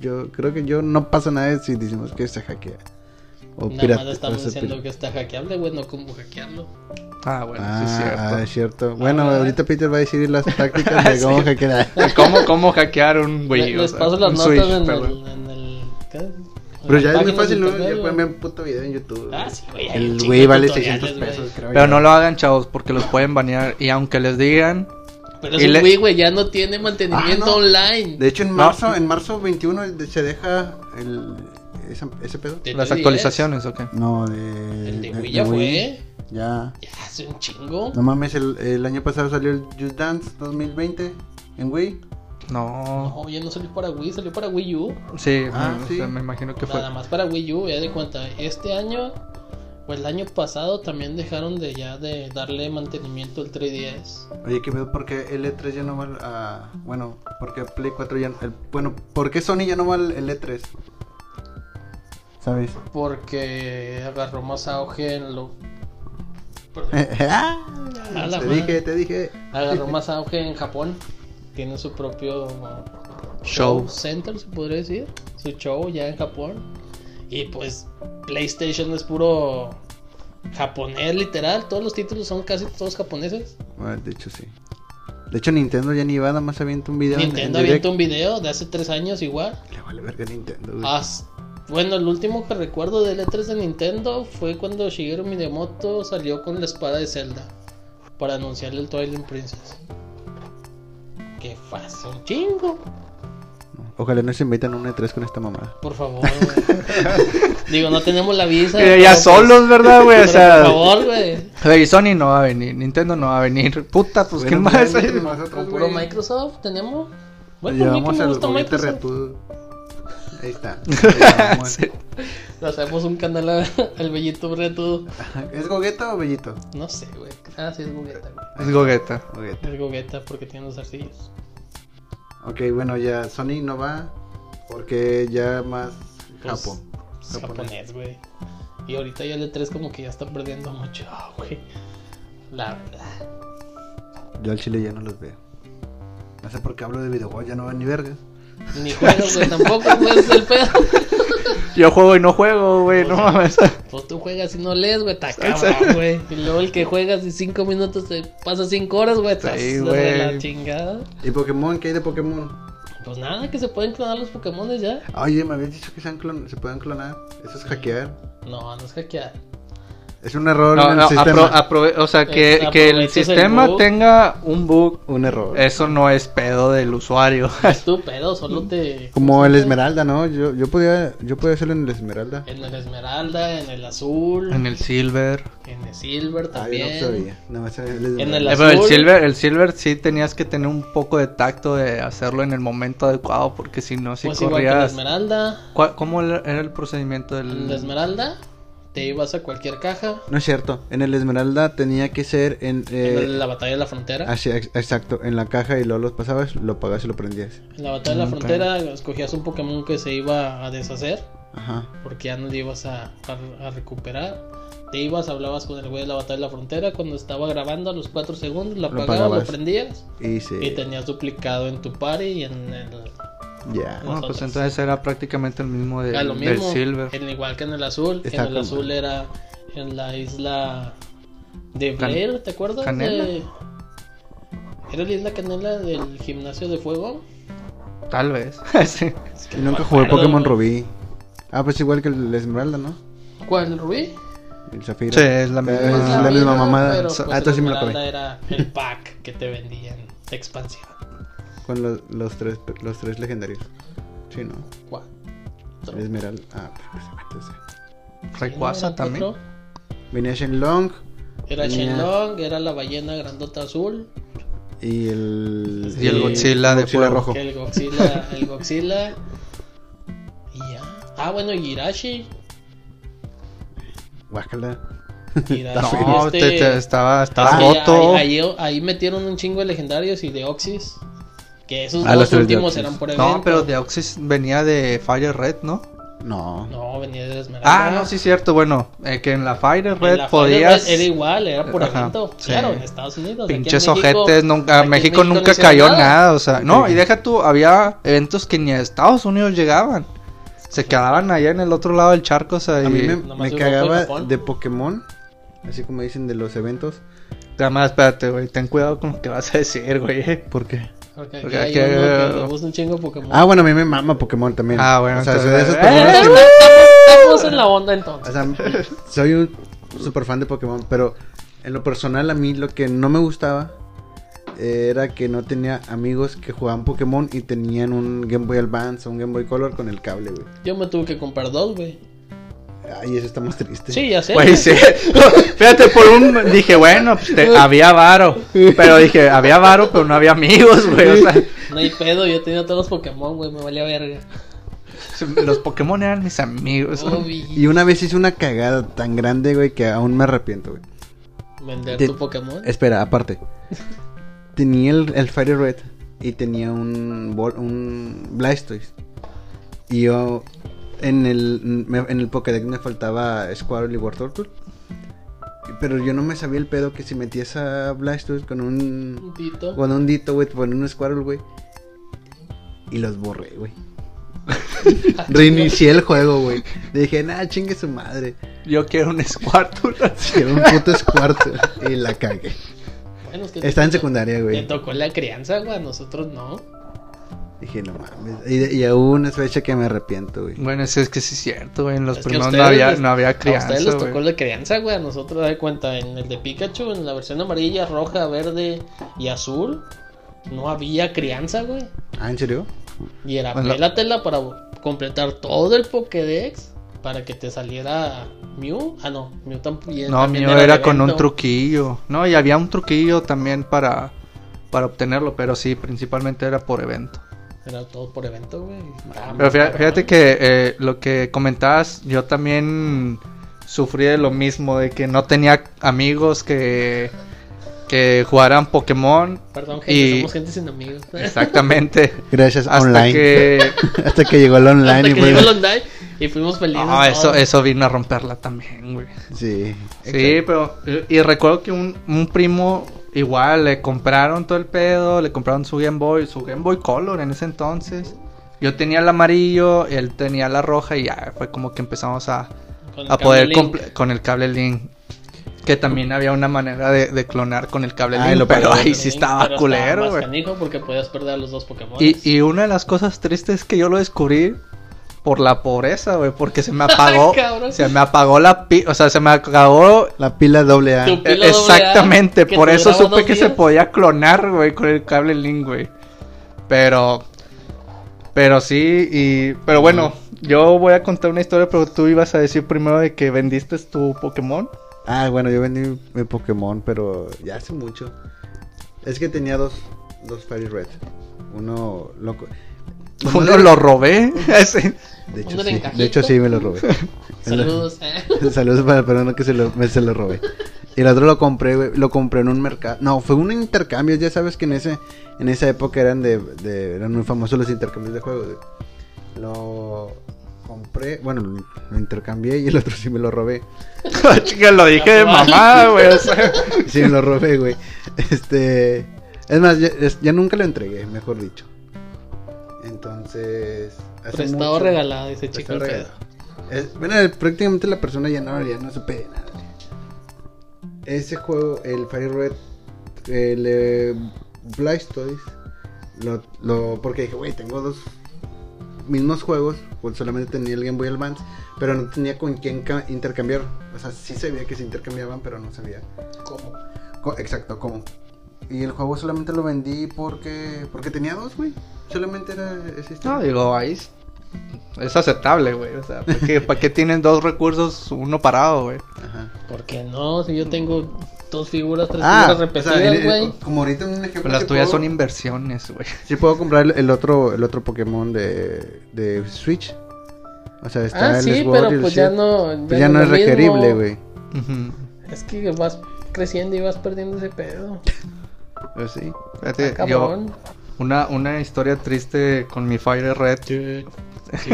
S1: Yo creo que yo no pasa nada si decimos que se hackea. O
S2: Nada
S1: pirata-
S2: más
S1: o
S2: estamos
S1: sea,
S2: diciendo
S1: pirata.
S2: que está hackeable, güey, no cómo hackearlo.
S3: Ah, bueno,
S1: Ah,
S3: sí es cierto.
S1: ah, es cierto. Bueno,
S2: ¿verdad?
S1: ahorita Peter va a decir las
S2: Ah,
S1: tácticas de
S3: Sí.
S1: cómo hackear.
S3: De Eh, ¿Cómo, cómo hackear un
S2: Le-
S3: Wii? o
S2: les
S3: sea,
S2: paso las
S3: un
S2: notas
S3: Switch,
S2: en,
S3: perdón.
S2: el, en el. ¿qué?
S1: Pero
S2: En
S1: ya es
S2: las
S1: muy
S2: páginas
S1: fácil,
S2: de
S1: ¿no?
S2: internet,
S1: Ya
S2: güey.
S1: pueden ver un puto video en YouTube.
S2: Ah, sí, güey, hay un
S1: El
S2: chingo
S1: güey
S2: de
S1: vale
S2: tutoriales,
S1: 600 pesos,
S2: güey.
S1: creo
S3: Pero
S1: yo.
S3: no lo hagan, chavos, porque los pueden banear. Y aunque les digan,
S2: Pero
S3: Y
S2: ese
S3: le-
S2: Wii, güey, ya no tiene mantenimiento
S1: Ah, no.
S2: online.
S1: De hecho, en
S3: No.
S1: marzo, en marzo 21 de- se deja el, ese, ese pedo.
S2: De
S3: las
S2: 3DS.
S3: actualizaciones, ¿ok?
S1: No, de.
S2: El de Wii ya fue. ¿eh?
S1: Ya.
S2: Ya hace un chingo.
S1: No mames, el, el año pasado salió el Just Dance 2020 en Wii.
S3: No.
S2: No, ya no salió para Wii, salió para Wii U.
S3: Sí,
S1: Ah,
S3: me,
S1: sí.
S3: o sea, me imagino que fue.
S2: Nada más para Wii U, ya de cuenta. Este año, o el año pasado, también dejaron de ya de darle mantenimiento al 3DS.
S1: Oye, que veo porque L3 E ya no va a. Bueno, porque Play 4 ya. el- bueno, ¿por qué Sony ya no va al L3? ¿Sabes?
S2: Porque agarró más auge en lo. perdón, A la
S1: Ah, te
S2: madre.
S1: dije, te dije.
S2: Agarró más auge en Japón. Tiene su propio uh,
S3: Show.
S2: center, se podría decir. Su show ya en Japón. Y pues PlayStation es puro japonés, literal. Todos los títulos son casi todos japoneses.
S1: Bueno, Ah, de hecho, sí. De hecho, Nintendo ya ni va, nada más avienta un video. en- en
S2: Nintendo
S1: direct.
S2: avienta un video de hace tres años igual.
S1: Le vale verga a Nintendo, güey.
S2: As- Bueno, el último que recuerdo de E3 de Nintendo fue cuando Shigeru Miyamoto salió con la espada de Zelda para anunciarle el Twilight Princess. Que fue hace un chingo,
S1: Ojalá no se metan a un E3 con esta mamada.
S2: por favor. güey. Digo, no tenemos la visa.
S3: Eh,
S2: pero
S3: ya
S2: pues-
S3: solos, ¿verdad, güey? O
S2: pero
S3: sea,
S2: por favor, güey.
S3: Hey, Sony no va a venir, Nintendo no va a venir. Puta, pues, ¿qué
S1: Bueno,
S3: más?
S1: pues,
S3: hay?
S1: nosotros,
S2: Con puro
S1: güey,
S2: Microsoft tenemos.
S1: nos
S2: Bueno, pues, a mí que
S1: llevamos
S2: me
S1: al
S2: gusta
S1: juguete
S2: Microsoft.
S1: reatudo. Ahí está. Ahí vamos.
S3: Sí.
S2: Le hacemos un canal a- al Bellito Reto.
S1: ¿Es gogueta o bellito?
S2: No sé, güey. Ah, sí, es Gogeta, güey.
S3: Es Gogeta.
S1: Gogueta.
S2: Es Gogeta porque tiene los arcillos.
S1: Ok, bueno, ya Sony no va porque ya más
S2: Pues,
S1: Japón.
S2: es japonés, güey. Y ahorita ya el E3 como que ya está perdiendo mucho, güey. La verdad.
S1: Yo al chile ya no los veo. No sé por qué hablo de videojuegos, ya no van ni vergas.
S2: Ni juegos, güey, tampoco, güey, ese es el pedo.
S3: Yo juego y no juego, güey, no mames.
S2: Pues tú juegas y no lees, güey, está cabrón, güey. Y luego el que juegas y cinco minutos te pasa cinco horas, güey, estás
S3: Sí,
S2: de la
S3: güey.
S2: chingada.
S1: ¿Y Pokémon? ¿Qué hay de Pokémon?
S2: Pues nada, que se pueden clonar los Pokémon ya.
S1: Oye, me habías dicho que se, han clon- se pueden clonar. Eso es hackear.
S2: No, no es hackear.
S1: Es un error
S3: No,
S1: en el
S3: no,
S1: sistema.
S3: apro- aprove- o sea, que,
S2: Eh,
S3: que el
S2: aprovechas el
S3: sistema
S2: bug.
S3: tenga un bug,
S1: Un error.
S3: eso no es pedo del usuario.
S2: Es tu pedo, solo te.
S1: Como el Esmeralda, ¿no? Yo, yo podía yo podía hacerlo en el Esmeralda.
S2: En el Esmeralda, en el Azul, en
S3: En el Silver.
S2: el, Silver
S1: Ah, yo
S2: también.
S1: no sabía. Nada más era el
S2: En
S1: Esmeralda.
S2: el
S3: Eh, pero el
S2: azul.
S3: Silver, el Silver sí tenías que tener un poco de tacto de hacerlo en el momento adecuado, porque si no, si
S2: pues igual que en la
S3: corrías. Mm.
S2: Esmeralda.
S3: ¿Cuál- ¿Cómo era era el procedimiento
S2: En la
S3: del.?
S2: esmeralda te ibas a cualquier caja.
S1: No es cierto. En el Esmeralda tenía que ser en.
S2: en
S1: eh,
S2: la
S1: ah,
S2: de la batalla de la frontera.
S1: así, ex- exacto, en la caja y luego los pasabas, lo pagabas y lo prendías.
S2: En la batalla de la
S3: Ok.
S2: frontera escogías un Pokémon que se iba a deshacer
S1: Ajá.
S2: porque ya no lo ibas a, a- a recuperar. Te ibas, hablabas con el güey de la batalla de la frontera cuando estaba grabando a los 4 segundos, lo
S1: Lo
S2: apagabas, lo
S1: apagabas.
S2: prendías
S1: Y sí.
S2: y tenías duplicado en tu party y en el...
S1: Ya.
S3: Bueno, pues
S2: nosotros.
S3: entonces era prácticamente el mismo de-
S2: a lo
S3: del
S2: mismo, Eh,
S3: Silver.
S2: en- igual que en el azul.
S1: Está
S2: en el
S1: como-
S2: azul era en la isla de
S3: Can-
S2: Blair, ¿te acuerdas?
S3: Canela.
S2: De- Era la isla Canela del gimnasio de fuego.
S3: Tal vez. sí.
S1: Y nunca jugué Pokémon Rubí. Ah, pues igual que el Esmeralda, ¿no?
S2: ¿Cuál, Rubí?
S1: El Zafiro.
S3: Sí, es la misma.
S1: Es la
S2: Rubí,
S1: misma
S2: ¿no?
S1: mamada.
S2: Pero,
S1: So-
S2: pues,
S1: ah, entonces sí
S2: el
S1: me lo
S2: Esmeralda
S1: acabé.
S2: era el pack que te vendían de expansión.
S1: Con los, los tres, los tres legendarios. Sí, ¿no?
S2: ¿Cuál?
S1: El Esmeralda. Ah, pues, entonces.
S3: Rayquaza también.
S1: Venía Shenlong
S2: Era
S1: Tenía-
S2: Shenlong, era la ballena grandota azul,
S1: y el.
S2: Y el
S3: Godzilla de fuego.
S1: rojo.
S2: el Godzilla, el Godzilla. Y ya. Ah, bueno, y Hirashi.
S1: Guácala.
S2: Hirashi
S3: No,
S2: este-
S3: te, te- estaba, estaba
S2: Sí,
S3: roto.
S2: Ahí, ahí- ahí metieron un chingo de legendarios y de Oxys. Que esos
S1: Ah, los
S2: dos
S1: tres de
S2: últimos
S1: Oxys.
S2: eran por evento.
S3: No, pero Deoxys venía de Fire Red, ¿no?
S1: No.
S2: No, venía de la Esmeralda.
S3: Ah, no, sí, cierto. Bueno, eh, que en la Fire
S2: En
S3: Red
S2: la Fire
S3: podías.
S2: Red Era igual, era por
S3: Ajá,
S2: evento.
S3: sí.
S2: Claro, en Estados Unidos. aquí en
S3: Pinches
S2: México-
S3: ojetes, nunca,
S2: aquí en
S3: México,
S2: no
S3: nunca
S2: hicieron
S3: cayó nada. o sea, no,
S1: Sí.
S3: y deja tú, había eventos que ni a Estados Unidos llegaban, se quedaban allá en el otro lado del charco, o sea,
S1: A
S3: y
S1: mí me,
S2: Nomás
S1: me
S2: Europa y
S1: cagaba
S2: Japón.
S1: de Pokémon, así como dicen de los eventos.
S3: Nada más, espérate, güey, ten cuidado con lo que vas a decir, güey. eh.
S1: ¿Por qué?
S2: Porque aquí
S3: Porque
S2: hay
S3: aquí-
S2: uno que le gusta un chingo Pokémon.
S1: Ah, bueno, a mí me mama Pokémon también.
S3: Ah, bueno,
S1: O sea, soy
S3: entonces-
S1: de esos
S3: ¡Eh!
S1: Pokémon que-
S2: Estamos- Estamos en la onda
S1: O
S2: entonces.
S1: sea, soy un super fan de Pokémon, pero en lo personal a mí lo que no me gustaba eh, era que no tenía amigos que jugaban Pokémon y tenían un Game Boy Advance o un Game Boy Color con el cable, güey.
S2: Yo me tuve que comprar dos, güey.
S1: Ay, eso está más triste.
S2: Sí, ya sé.
S3: Güey, sí. Fíjate, por un. Dije, bueno, pues, te- había varo. Pero dije, había varo, pero no había amigos, güey. O sea,
S2: No hay pedo, yo tenía todos los Pokémon, güey, me valía verga.
S3: los Pokémon eran mis amigos.
S1: Y
S2: Obi,
S1: una vez hice una cagada tan grande, güey, que aún me arrepiento, güey.
S2: vender
S1: Te-
S2: tu Pokémon.
S1: Espera, aparte. Tenía el, el Fire Red y tenía un, bol- un Blastoise. Y yo en el, me- en el Pokédex me faltaba Squirtle y Wartortle. Pero yo no me sabía el pedo que si metías a Blastoise con un,
S2: Un Tito.
S1: con un Dito, güey, con un Squirtle, güey. Y los borré, güey. Reinicié el juego, güey. Dije, nah, chingue su madre.
S3: Yo quiero un Squirtle.
S1: Era un puto Squirtle. y la cagué.
S2: Bueno, es que
S1: Está en
S2: te-
S1: secundaria, güey.
S2: Te tocó la crianza, güey, a nosotros no.
S1: Dije, no mames. Y, y aún una fecha que me arrepiento, güey.
S3: Bueno, sí, es que sí es cierto, güey. En los
S2: Es que a
S3: primeros no
S2: ustedes
S3: había,
S2: les-
S3: no había
S2: A ustedes
S3: crianza,
S2: les tocó
S3: güey.
S2: la crianza, güey. A nosotros, de cuenta, en el de Pikachu, en la versión amarilla, roja, verde y azul, no había crianza, güey.
S1: Ah, ¿en serio?
S2: Y era
S3: Bueno.
S2: pélatela para completar todo el Pokédex para que te saliera Mew. Ah, no, Mew tampoco.
S3: No, mío era, con un truquillo. No, y había un truquillo también para, para obtenerlo, pero sí, principalmente era por evento.
S2: Era todo por evento, güey. Ah,
S3: Pero fíjate,
S2: cabrón.
S3: fíjate que eh, lo que comentabas, yo también sufrí de lo mismo, de que no tenía amigos que, que jugaran Pokémon.
S2: Perdón, gente,
S3: y-
S2: somos gente sin amigos.
S3: Exactamente.
S1: Gracias,
S3: hasta
S1: online.
S3: que...
S1: Hasta que llegó el online
S2: Hasta
S1: y
S2: que
S1: fue-
S2: llegó el online y fuimos felices.
S3: No, Ah, eso,
S2: todos.
S3: eso vino a romperla también, güey.
S1: Sí.
S3: Sí, pero... Y y recuerdo que un, un primo igual le compraron todo el pedo, le compraron su Game Boy, su Game Boy Color en ese entonces. Yo tenía el amarillo, él tenía la roja y ya fue como que empezamos a...
S2: Con el
S3: a poder
S2: cable link.
S3: comple- con el cable link. Que también había una manera de, de clonar con el cable
S1: Ah,
S3: link,
S1: lo
S3: pero
S1: perdí.
S3: ahí sí estaba
S2: Pero
S3: culero,
S2: más
S3: güey.
S2: canijo porque podías perder a los dos Pokémon.
S3: Y, y una de las cosas tristes es que yo lo descubrí por la pobreza, güey, porque se me apagó,
S2: Cabrón.
S3: se me apagó la pi, o sea, se me acabó
S1: La pila doble A.
S2: Tu-
S3: eh,
S2: Pila doble A,
S3: exactamente,
S2: que
S3: por
S2: te
S3: eso
S2: duraba
S3: supe
S2: dos
S3: que se
S2: días.
S3: podía clonar, güey, con el cable link, güey. Pero pero sí y pero bueno, yo voy a contar una historia, pero tú ibas a decir primero de que vendiste tu Pokémon.
S1: Ah, bueno, yo vendí mi, mi Pokémon, pero ya hace mucho. Es que tenía dos, dos Fairy Red. Uno loco.
S3: Uno lo robé. Ah, Ese-
S1: De hecho,
S2: Uno de
S1: sí.
S2: encajito.
S1: De hecho, sí me lo robé.
S2: Saludos. eh.
S1: Saludos para el perdón que se lo, me, se lo robé. Y el otro lo compré, güey, lo compré en un mercado. No, fue un intercambio. Ya sabes que en ese, en esa época eran de, de- eran muy famosos los intercambios de juegos. güey. Lo compré, bueno, lo, lo intercambié y el otro sí me lo robé.
S3: Ah, Chica, lo dije de mamada, güey. o sea.
S1: Sí me lo robé, güey. Este, es más, ya, es- ya nunca lo entregué, mejor dicho. Entonces, hace
S2: Prestado
S1: mucho-
S2: regalado, dice chico.
S1: Prestado
S2: el pedo.
S1: regalado. Es- bueno, prácticamente la persona ya no, ya no supe de nada. Ese juego, el Fire Red, el eh, Blastoise, lo, lo, porque dije, güey, tengo dos mismos juegos, pues solamente tenía el Game Boy Advance, pero no tenía con quién ca- intercambiar. O sea, sí sabía que se intercambiaban, pero no sabía.
S2: ¿Cómo?
S1: co- exacto, cómo. Y el juego solamente lo vendí porque porque tenía dos, güey. Solamente era ese
S3: No, digo, ahí es, es aceptable, güey. O sea, ¿para qué, para qué tienen dos recursos, uno parado, güey?
S1: Ajá.
S2: ¿Por qué no? Si yo tengo dos figuras, tres
S1: Ah,
S2: figuras
S1: o sea,
S2: repetidas,
S1: el- el-
S2: güey.
S1: como ahorita un ejemplo.
S3: Pues las
S1: sí
S3: tuyas
S1: puedo-
S3: son inversiones, güey.
S1: Sí puedo comprar el, el otro el otro Pokémon de, de Switch. O sea, está
S2: Ah,
S1: el
S2: sí,
S1: Sword y
S2: pero
S1: el
S2: pues ya
S1: Shield.
S2: no.
S1: Pues ya no es
S2: lo mismo.
S1: requerible, güey.
S3: Ujú.
S2: Es que vas creciendo y vas perdiendo ese pedo.
S1: Pues sí.
S3: Fíjate,
S2: Ah,
S3: yo,
S2: cabrón.
S3: una, una historia triste con mi Fire Red.
S2: Sí, sí.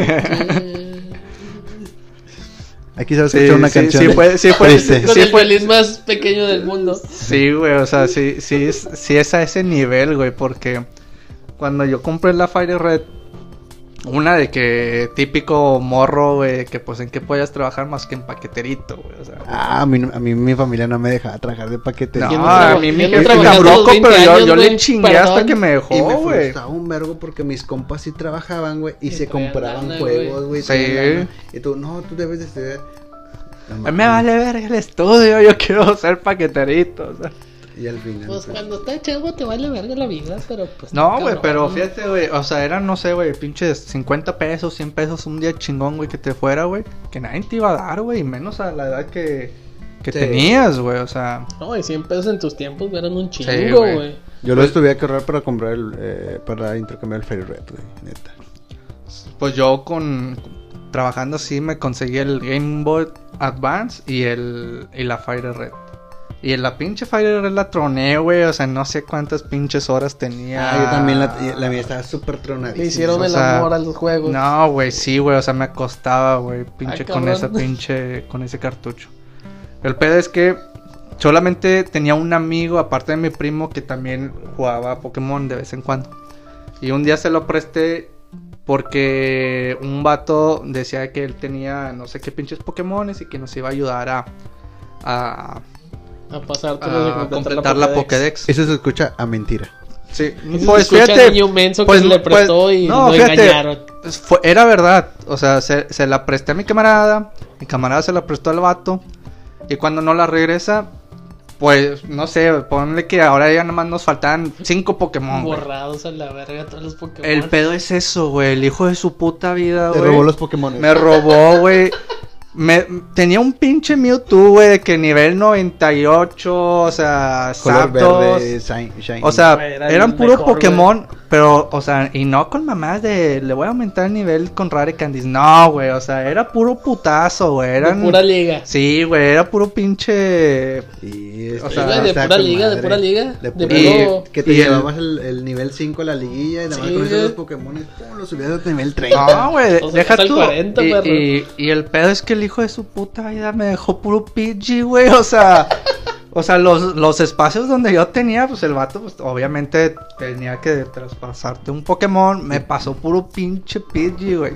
S1: Aquí se va a
S3: Sí,
S1: escuchar una
S3: sí,
S1: canción.
S3: sí fue- sí fue-
S1: triste.
S2: Con
S3: Sí,
S2: el
S3: fue-
S2: feliz más pequeño del mundo.
S3: Sí, güey, o sea, sí, sí, es, sí es a ese nivel, güey, porque cuando yo compré la Fire Red, una de que típico morro, güey, que pues en qué podías trabajar más que en paqueterito, güey, o sea.
S1: Ah, a mí, no- a mí mi familia no me dejaba trabajar de paquete.
S3: No,
S2: yo
S3: a
S2: traba-
S3: mí
S2: yo
S3: mi
S2: Ah, no
S3: jefe
S2: trabajé
S3: me
S2: hasta los
S3: abroco,
S2: 20
S3: pero yo, yo
S2: años,
S3: le
S2: güey,
S3: chingué hasta
S2: perdón.
S3: que me dejó,
S1: Y me
S3: güey.
S1: frustraba un vergo porque mis compas sí trabajaban, güey, y
S2: Y
S1: se
S2: traían
S1: compraban
S2: lana,
S1: juegos, güey.
S3: Sí.
S1: traían lana. Y tú, no, tú debes de estudiar. No,
S3: A mí
S1: mames.
S3: me vale ver el estudio, yo quiero ser paqueterito, o sea.
S1: Y al final.
S2: Pues
S1: pues,
S2: cuando está chavo te vale verga la vida, pero pues.
S3: No,
S2: está
S3: güey,
S2: cabrón.
S3: pero fíjate, güey, o sea, eran, no sé, güey, pinches 50 pesos, 100 pesos un día chingón, güey, que te fuera, güey, que nadie te iba a dar, güey, y menos a la edad que, que
S1: Sí.
S3: tenías, güey, o sea,
S2: No, y 100 pesos en tus tiempos eran un chingo,
S3: Sí, güey.
S2: güey.
S1: Yo los tuve que ahorrar para comprar el, eh, para intercambiar el Fairy Red, güey, neta.
S3: pues yo con, trabajando así me conseguí el Game Boy Advance y el, y la Fire Red. Y en la pinche Fire Red la troné, güey, o sea, no sé cuántas pinches horas tenía.
S1: Ah, yo también la, la mía estaba súper
S2: Le
S1: tronadísima.
S2: hicieron
S3: o
S2: el
S3: sea,
S2: amor a los juegos.
S3: No, güey, sí, güey, o sea, me acostaba, güey, pinche con
S2: cabrón.
S3: esa pinche, con ese cartucho. El pedo es que solamente tenía un amigo, aparte de mi primo, que también jugaba Pokémon de vez en cuando. Y un día se lo presté porque un vato decía que él tenía no sé qué pinches Pokémones y que nos iba a ayudar a, a,
S2: A pasar todo
S3: a completar la Pokédex.
S1: Eso se escucha a mentira.
S3: Sí,
S2: Pues fíjate. niño menso
S3: pues,
S2: que le
S3: pues,
S2: prestó y
S3: no,
S2: lo
S3: fíjate.
S2: engañaron.
S3: Pues fue- era verdad. O sea, se, se la presté a mi camarada. Mi camarada se la prestó al vato. Y cuando no la regresa, pues no sé, ponle que ahora ya nomás nos faltan cinco Pokémon. güey.
S2: Borrados a la verga todos los Pokémon.
S3: El pedo es eso, güey. El hijo de su puta vida,
S1: Te
S3: Ah, güey.
S1: robó los Pokémon.
S3: Me robó, güey. Me, tenía un pinche Mewtwo, güey, de que nivel 98, o sea,
S1: Color
S3: Zapdos.
S1: verde, shine, shine.
S3: O sea,
S2: Güey, era
S3: eran
S2: el
S3: puro
S2: mejor,
S3: Pokémon, pero, o sea, y no con mamás de le voy a aumentar el nivel con Rare Candies. No, güey, o sea, era puro putazo, güey. Eran...
S2: De pura liga.
S3: Sí, güey, era puro pinche.
S1: Y este,
S3: O sea,
S1: está
S3: de
S2: pura
S1: con
S2: liga, de
S1: madre.
S2: pura liga,
S1: De
S2: de
S1: pura
S2: puro-
S1: Que te
S3: y el-
S1: llevabas el, el nivel 5 a la liguilla y nada más
S2: Sí,
S1: con esos
S2: güey.
S1: dos Pokémon, pum, los subías al nivel 30.
S3: No, güey,
S2: O sea,
S3: deja
S2: hasta el
S3: tú.
S2: 40,
S3: y,
S2: perro.
S3: y- y el pedo es que el hijo de su puta vida me dejó puro Pidgey, güey, o sea. O sea, los, los espacios donde yo tenía, pues el vato, pues obviamente tenía que traspasarte un Pokémon. Me pasó puro pinche Pidgey, güey.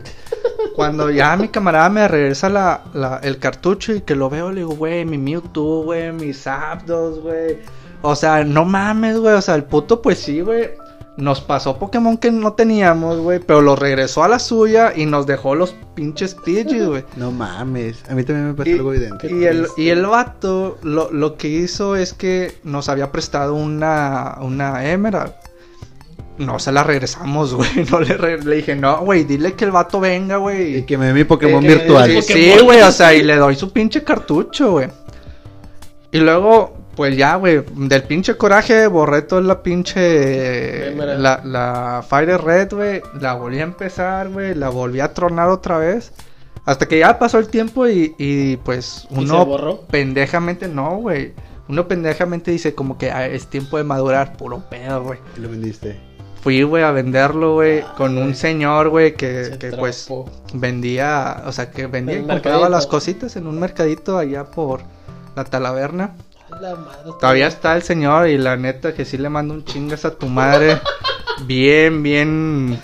S3: Cuando ya mi camarada me regresa la, la- el cartucho y que lo veo, le digo, güey, mi Mewtwo, güey, mis Zapdos, güey. O sea, no mames, güey. O sea, el puto, pues sí, güey. Nos pasó Pokémon que no teníamos, güey. Pero lo regresó a la suya y nos dejó los pinches Pidgeys, güey.
S1: No mames, a mí también me pasó
S3: Y-
S1: algo idéntico.
S3: Y el, y el vato lo, lo que hizo es que nos había prestado una, una Emerald. No se la regresamos, güey. No le, re- le dije, no, güey, dile que el vato venga, güey.
S1: Y que me dé mi Pokémon
S2: Eh, que-
S1: virtual.
S2: que-
S3: Sí,
S2: Pokémon.
S3: sí, güey, o sea, y le doy su pinche cartucho, güey. Y luego, pues ya, güey, del pinche coraje borré toda la pinche...
S2: Cámara.
S3: La, la Fire Red, güey. La volví a empezar, güey. La volví a tronar otra vez. Hasta que ya pasó el tiempo y, y, pues
S2: ¿Y
S3: uno
S2: se borró?
S3: pendejamente, no, güey. Uno pendejamente dice como que "Ah, es tiempo de madurar, puro pedo, güey.
S1: Lo vendiste.
S3: Fui, güey, a venderlo, güey, con un señor, güey, que,
S2: Ah, Se
S3: que, pues
S2: trapó.
S3: vendía, o sea, que vendía
S2: En
S3: y
S2: el
S3: compraba
S2: mercadito.
S3: las cositas en un mercadito allá por la Talaverna.
S2: A la madre. Ah,
S3: Todavía está el señor y la neta que sí le mando un chingas a tu madre. bien, bien.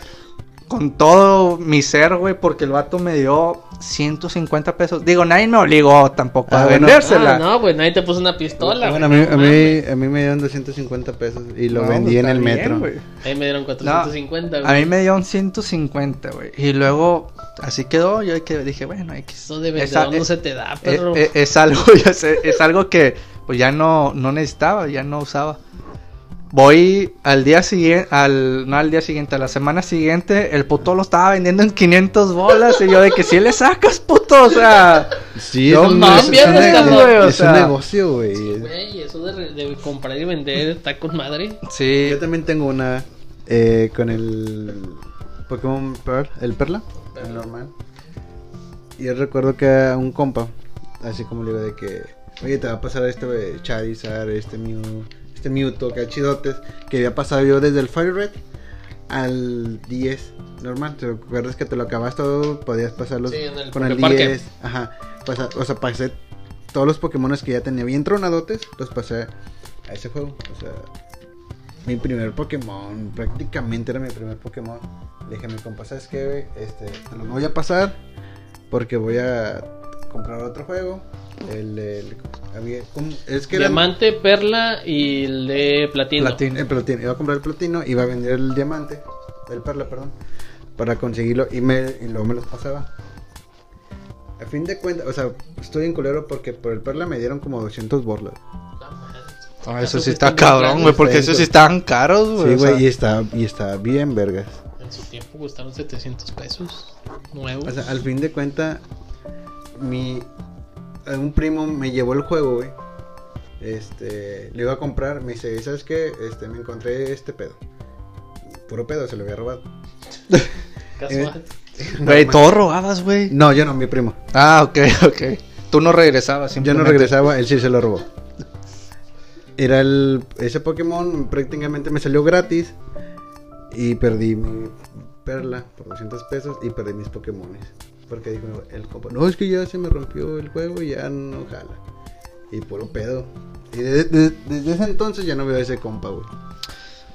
S3: Con todo mi ser, güey, porque el vato me dio 150 pesos. Digo, nadie me obligó tampoco
S1: Ah,
S3: a
S1: bueno.
S3: vendérsela.
S2: Ah, no, güey, nadie te puso una pistola.
S1: bueno, a mí,
S2: güey,
S1: a,
S2: no
S1: mí, a mí me dieron 250 pesos y lo
S3: No,
S1: vendí
S3: pues,
S1: en el
S3: está bien,
S1: metro.
S3: güey.
S2: mames. Ahí me dieron 450,
S3: A
S2: güey.
S3: mí me dio un 150, güey. Y luego, así quedó. Yo que dije, bueno, hay que.
S2: Eso de
S3: esa-
S2: vendedor no se te da,
S3: Eh,
S2: perro.
S3: eh, es algo ya sé, es algo que pues ya no no necesitaba ya no usaba voy al día siguiente al no al día siguiente a la semana siguiente el puto lo estaba vendiendo en 500 bolas y yo de que si le sacas puto o sea
S1: Sí,
S3: No
S1: es un,
S2: mames,
S1: es, es un
S2: güey,
S1: negocio,
S3: o
S1: es un
S3: sea.
S1: negocio, güey.
S2: Güey, eso de, re- de comprar y vender está con madre.
S3: sí
S1: Yo también tengo una eh, con el Pokémon Pearl, el Perla, el normal. Y yo recuerdo que a un compa, así como le digo de que, oye, te va a pasar este eh, Charizard, este Mew, este Mewtwo, que chidotes, que había pasado yo desde el Fire Red al 10 normal. ¿Te acuerdas que te lo acabas todo? Podías pasarlos
S2: Sí, en el
S1: con el
S2: Poképarque.
S1: 10. Ajá. Pasa- o sea, pasé todos los Pokémones que ya tenía bien tronadotes, los pasé a ese juego. O sea, mi primer Pokémon, prácticamente era mi primer Pokémon. Le dije a mi compa, ¿sabes qué? güey? Este, te los voy a pasar porque voy a comprar otro juego. El, el- había- ¿cómo? es que era
S2: Diamante, perla y el de platino.
S3: Platino.
S1: el platino. Iba a comprar el platino, iba a vender el diamante, el perla, perdón, para conseguirlo y, me, y luego me los pasaba. A fin de cuentas, o sea, estoy en culero porque por el perla me dieron como 200 borlas.
S2: La madre.
S3: Ah,
S2: Ya
S3: eso sí
S2: supiste
S3: está
S2: muy
S3: cabrón,
S2: claro,
S3: güey, porque
S1: perfecto.
S3: esos sí estaban caros, güey.
S1: Sí,
S3: o sea,
S1: güey, y está, y está bien, vergas.
S2: En su tiempo costaron 700 pesos. Nuevos.
S1: O sea, al fin de cuentas, mi. Un primo me llevó el juego, güey. Este. Le iba a comprar, me dice, ¿sabes qué? Este, me encontré este pedo. Puro pedo, se lo había robado.
S3: eh,
S2: Casual.
S3: güey, todo robabas, güey.
S1: No, yo no, mi primo.
S3: Ah, ok, ok. Tú no regresabas,
S1: Yo no
S3: simplemente.
S1: regresaba, él sí se lo robó. Era el. Ese Pokémon prácticamente me salió gratis. Y perdí mi perla por 200 pesos y perdí mis Pokémones. Porque dijo el compa: No, es que ya se me rompió el juego y ya no jala. Y puro pedo. Y de- de- desde ese entonces ya no veo a ese compa, güey.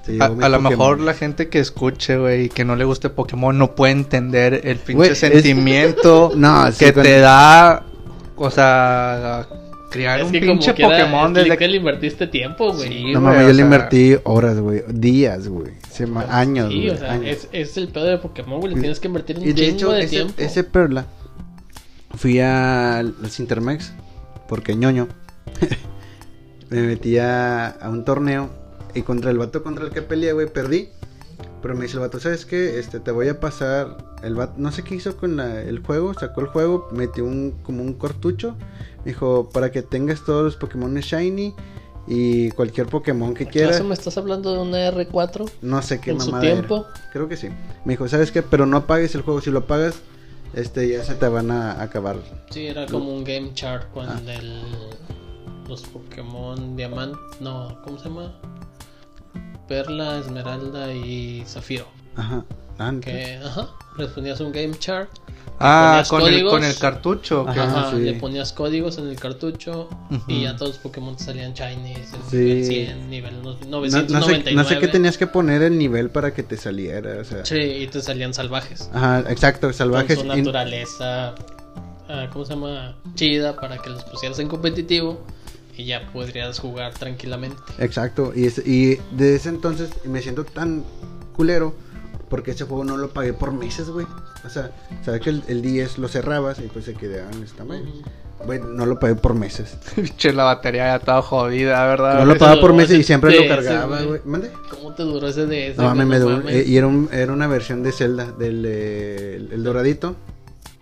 S1: Se llevó
S3: A,
S1: mi
S3: a lo
S1: Pokémon.
S3: mejor la gente que escuche, güey, y que no le guste Pokémon no puede entender el pinche
S1: Güey, es-
S3: sentimiento
S1: No, sí,
S3: que
S1: con-
S3: te da, o sea, criar
S2: Es
S3: un
S2: que
S3: pinche
S2: como quiera,
S3: Pokémon
S2: es que
S3: desde
S2: le invertiste tiempo, güey.
S3: Sí,
S1: No
S3: güey,
S1: mames,
S3: o
S1: yo le
S3: sea-
S1: invertí horas, güey. Días, güey. sema- Años,
S2: Sí,
S1: güey.
S2: o sea,
S1: años.
S2: es, es el pedo de Pokémon, güey. Le tienes que invertir un
S1: Y de
S2: chingo
S1: hecho,
S2: de
S1: ese,
S2: tiempo.
S1: ese Perla, fui a los Intermex, porque ñoño, me metí a, a un torneo y contra el vato contra el que peleé, güey, perdí. Pero me dice el vato, ¿sabes qué? Este, te voy a pasar. El vato, no sé qué hizo con la- el juego, sacó el juego, metió un, como un cortucho. Me dijo, para que tengas todos los Pokémon Shiny y cualquier Pokémon que quieras.
S2: ¿Acaso me estás hablando de una R4?
S1: No sé qué
S2: en su
S1: mamada
S2: tiempo.
S1: era. Creo que sí. Me dijo, ¿sabes qué? Pero no pagues el juego. Si lo pagas, este ya se te van a acabar.
S2: Sí, era como un game chart con
S1: Ah.
S2: el, los Pokémon Diamante. No, ¿cómo se llama? Perla, Esmeralda y Zafiro.
S1: Ajá. Ah, entonces-
S2: Que, ajá, les ponías un game chart.
S3: Ah,
S2: ponías
S3: con el,
S2: códigos.
S3: con el cartucho. ok.
S1: Ajá.
S2: Ajá,
S1: sí.
S2: le ponías códigos en el cartucho
S3: Ujú.
S2: y ya todos los Pokémon te salían Chinese, el
S1: Sí.
S2: nivel 100, nivel no-
S1: No,
S2: 999.
S1: no sé, no sé qué tenías que poner el nivel para que te saliera. O sea.
S2: Sí, y te salían salvajes.
S1: Ajá, exacto, salvajes.
S2: Con su
S1: y-
S2: naturaleza, ah, ¿cómo se llama? Chida, para que los pusieras en competitivo y ya podrías jugar tranquilamente.
S1: Exacto. Y, es- y desde ese entonces me siento tan culero porque ese juego no lo pagué por meses, güey. O sea, sabes que el, el 10 lo cerrabas y pues se quedaban en esta madre. Güey, no lo pagué por meses.
S3: Pinche, la batería ya estaba jodida,
S2: Ah,
S3: ¿verdad?
S1: No lo
S3: güey?
S1: pagaba por
S2: no,
S1: meses y
S2: ese-
S1: siempre
S2: ese,
S1: lo cargaba,
S2: güey.
S1: güey. ¿Mande?
S2: ¿Cómo te duró ese de ese?
S1: No, mames, me dio un- eh,
S2: mames.
S1: y era, un- era una versión de Zelda, del eh, el, el doradito,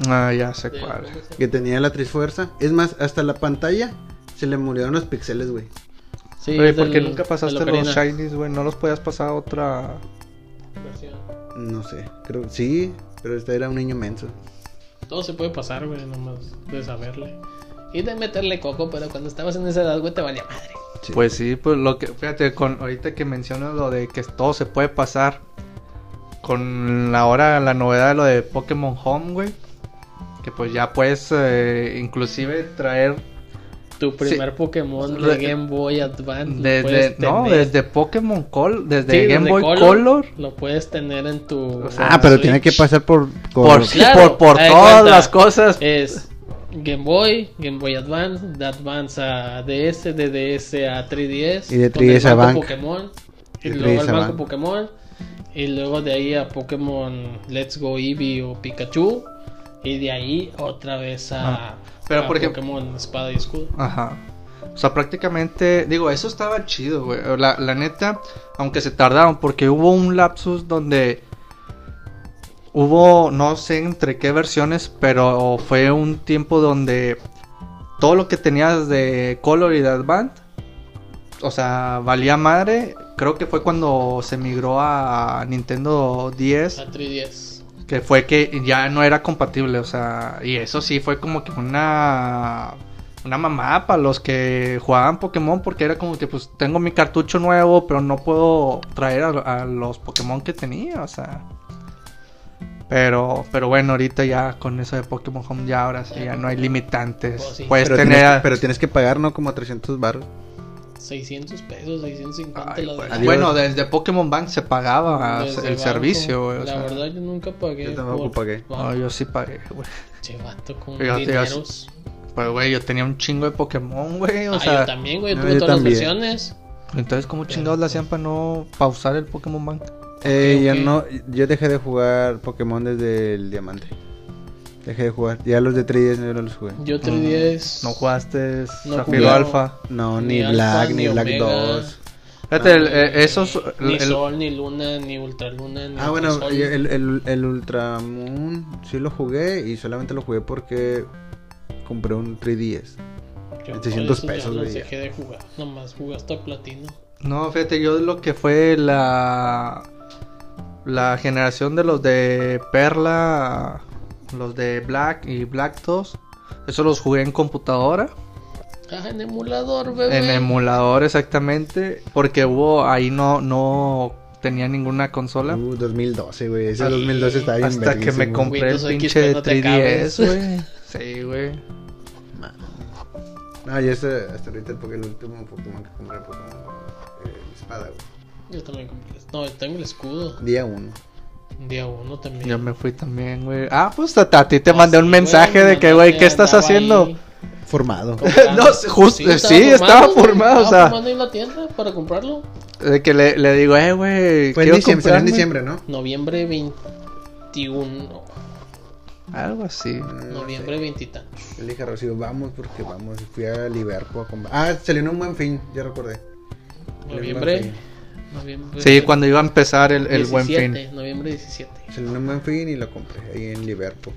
S3: Ah, ya sé
S2: De-
S3: cuál.
S2: ¿cómo se-
S1: que tenía la Trifuerza. Es más, hasta la pantalla se le murieron los pixeles, güey.
S2: Sí,
S3: Güey,
S2: es
S3: ¿por qué
S2: del-
S3: nunca pasaste
S2: del Ocarina.
S3: los Shinies, güey? ¿No los podías pasar a otra...?
S2: Versión.
S1: No sé, creo sí, pero este era un niño menso.
S2: Todo se puede pasar, güey, nomás de saberle. Y de meterle coco, pero cuando estabas en esa edad, güey, te valía madre.
S1: Sí.
S3: Pues sí, pues lo que, fíjate, con, ahorita que mencionas lo de que todo se puede pasar, con la hora, la novedad de lo de Pokémon Home, güey, que pues ya puedes eh, inclusive traer
S2: Tu primer Pokémon de
S3: Re-
S2: Game Boy Advance. lo
S3: desde,
S2: puedes
S3: no,
S2: tener.
S3: desde Pokémon Col, desde
S2: Sí,
S3: Game
S2: desde
S3: Boy Color,
S2: Lo puedes tener en tu.
S3: O sea,
S1: ah, pero
S2: Switch.
S1: tiene que pasar por... por-
S3: por,
S2: Claro,
S3: por, por
S2: ahí
S3: todas
S2: cuenta.
S3: las cosas.
S2: Es Game Boy, Game Boy Advance, de Advance a DS, de DS a 3DS.
S1: Y de
S2: con el
S1: 3DS a
S2: banco
S1: Bank.
S2: Pokémon. Y
S1: De
S2: luego
S1: 3DS
S2: al
S1: a
S2: banco
S1: Bank.
S2: Pokémon. Y luego de ahí a Pokémon Let's Go Eevee o Pikachu. Y de ahí otra vez a,
S3: Ah, pero
S2: a
S3: por ejemplo-
S2: Pokémon Espada y Escudo.
S3: Ajá. O sea, prácticamente, digo, eso estaba chido, güey. La, la neta, aunque se tardaron, porque hubo un lapsus donde hubo, no sé entre qué versiones, pero fue un tiempo donde todo lo que tenías de Color y de Advance, o sea, valía madre. Creo que fue cuando se migró a Nintendo 10
S2: A 3DS.
S3: que fue que ya no era compatible, o sea, y eso sí fue como que una Una mamá para los que jugaban Pokémon porque era como que pues tengo mi cartucho nuevo pero no puedo traer a, a los Pokémon que tenía, o sea. Pero, pero bueno, ahorita ya con eso de Pokémon Home ya ahora sí, ya no hay limitantes.
S2: Pues sí.
S3: Puedes
S1: pero,
S3: tener...
S1: tienes,
S3: a-
S1: que- pero tienes que pagar, ¿no? Como 300 baros.
S2: 600 pesos, 650
S3: Ay,
S2: la
S3: pues,
S2: de...
S1: adiós.
S3: bueno, desde Pokémon Bank se pagaba
S2: desde
S3: el
S2: banco.
S3: servicio, güey. o
S2: La
S3: sea.
S2: verdad yo nunca pagué.
S1: Yo tampoco pagué.
S3: No,
S2: Ay,
S3: yo sí pagué, güey.
S2: Che, vato, con
S3: Fíjate, yo-
S2: dineros.
S3: Pues, güey, yo tenía un chingo de Pokémon, güey. O
S2: Ah,
S3: sea,
S2: yo también, güey, yo
S1: no,
S2: tuve
S1: yo
S2: todas
S1: también.
S2: las versiones.
S3: entonces, ¿cómo chingados la hacían para no pausar el Pokémon Bank?
S1: Eh,
S2: Ok,
S1: yo
S2: ok.
S1: no, yo dejé de jugar Pokémon desde el diamante. Dejé de jugar. Ya los de 3DS yo no los jugué.
S2: Yo 3DS.
S3: No jugaste
S2: No
S3: Zafiro
S1: jugué.
S3: Alfa.
S1: No,
S2: Ni
S1: ni,
S2: Alpha,
S1: Black,
S2: ni
S1: ni, Black
S2: Omega.
S1: 2.
S3: Fíjate, el-
S2: ni-
S3: eh, esos.
S2: Ni
S3: el- el-
S2: Sol, ni Luna, ni Ultraluna, ni
S1: Ah, bueno,
S2: Ultrasol.
S1: y el, el, el Ultramoon sí lo jugué y solamente lo jugué porque compré un 3DS.
S2: Yo
S1: 700
S2: todo eso ya
S1: pesos,
S2: los
S1: güey,
S2: dejé de jugar. Nomás jugué hasta platino.
S3: No, fíjate, yo lo que fue la. La generación de los de Perla, los de Black y Black 2. Eso los jugué en computadora.
S2: Ah, en emulador, bebé.
S3: En emulador, exactamente. Porque hubo ahí no, no tenía ninguna consola.
S1: Uh, 2012, güey. Ese
S2: Ah,
S1: 2012 está bien
S3: hasta que me
S1: verguísimo.
S3: compré el
S2: Windows XP
S3: pinche
S2: no te
S3: 3DS,
S2: acabes.
S3: güey. Sí, güey.
S1: Ah, No, yo hasta, hasta ahorita porque el último Pokémon que compré fue como, eh, espada, güey.
S2: Yo también compré. No, yo tengo el escudo.
S1: Día 1.
S2: Día uno también.
S3: Yo me fui también, güey. Ah, pues a, a ti te
S2: Ah,
S3: mandé
S2: sí,
S3: un
S2: güey,
S3: mensaje de que, güey,
S2: mandaste,
S3: ¿qué estás
S2: andaba
S3: haciendo?
S2: ahí
S1: Formado.
S2: comprando.
S3: No, sí, justo- sí, estaba formado, o
S2: Estaba
S3: sea.
S2: formado en la tienda para comprarlo.
S3: De que le, le digo, eh, güey.
S1: Fue en
S3: quiero
S1: diciembre, será en
S3: comprarme".
S1: diciembre, ¿no?
S2: Noviembre 21.
S3: Algo así.
S2: Noviembre 20 y tantos.
S1: Yo Mm, le dije a Rocío, vamos porque vamos. Fui a Liverpool a comprar. Ah, salió en un buen fin, ya recordé.
S2: Noviembre. noviembre
S3: Sí, cuando iba a empezar el, el buen fin.
S2: 17, Noviembre 17.
S1: Salió en un buen fin y lo compré ahí en Liverpool.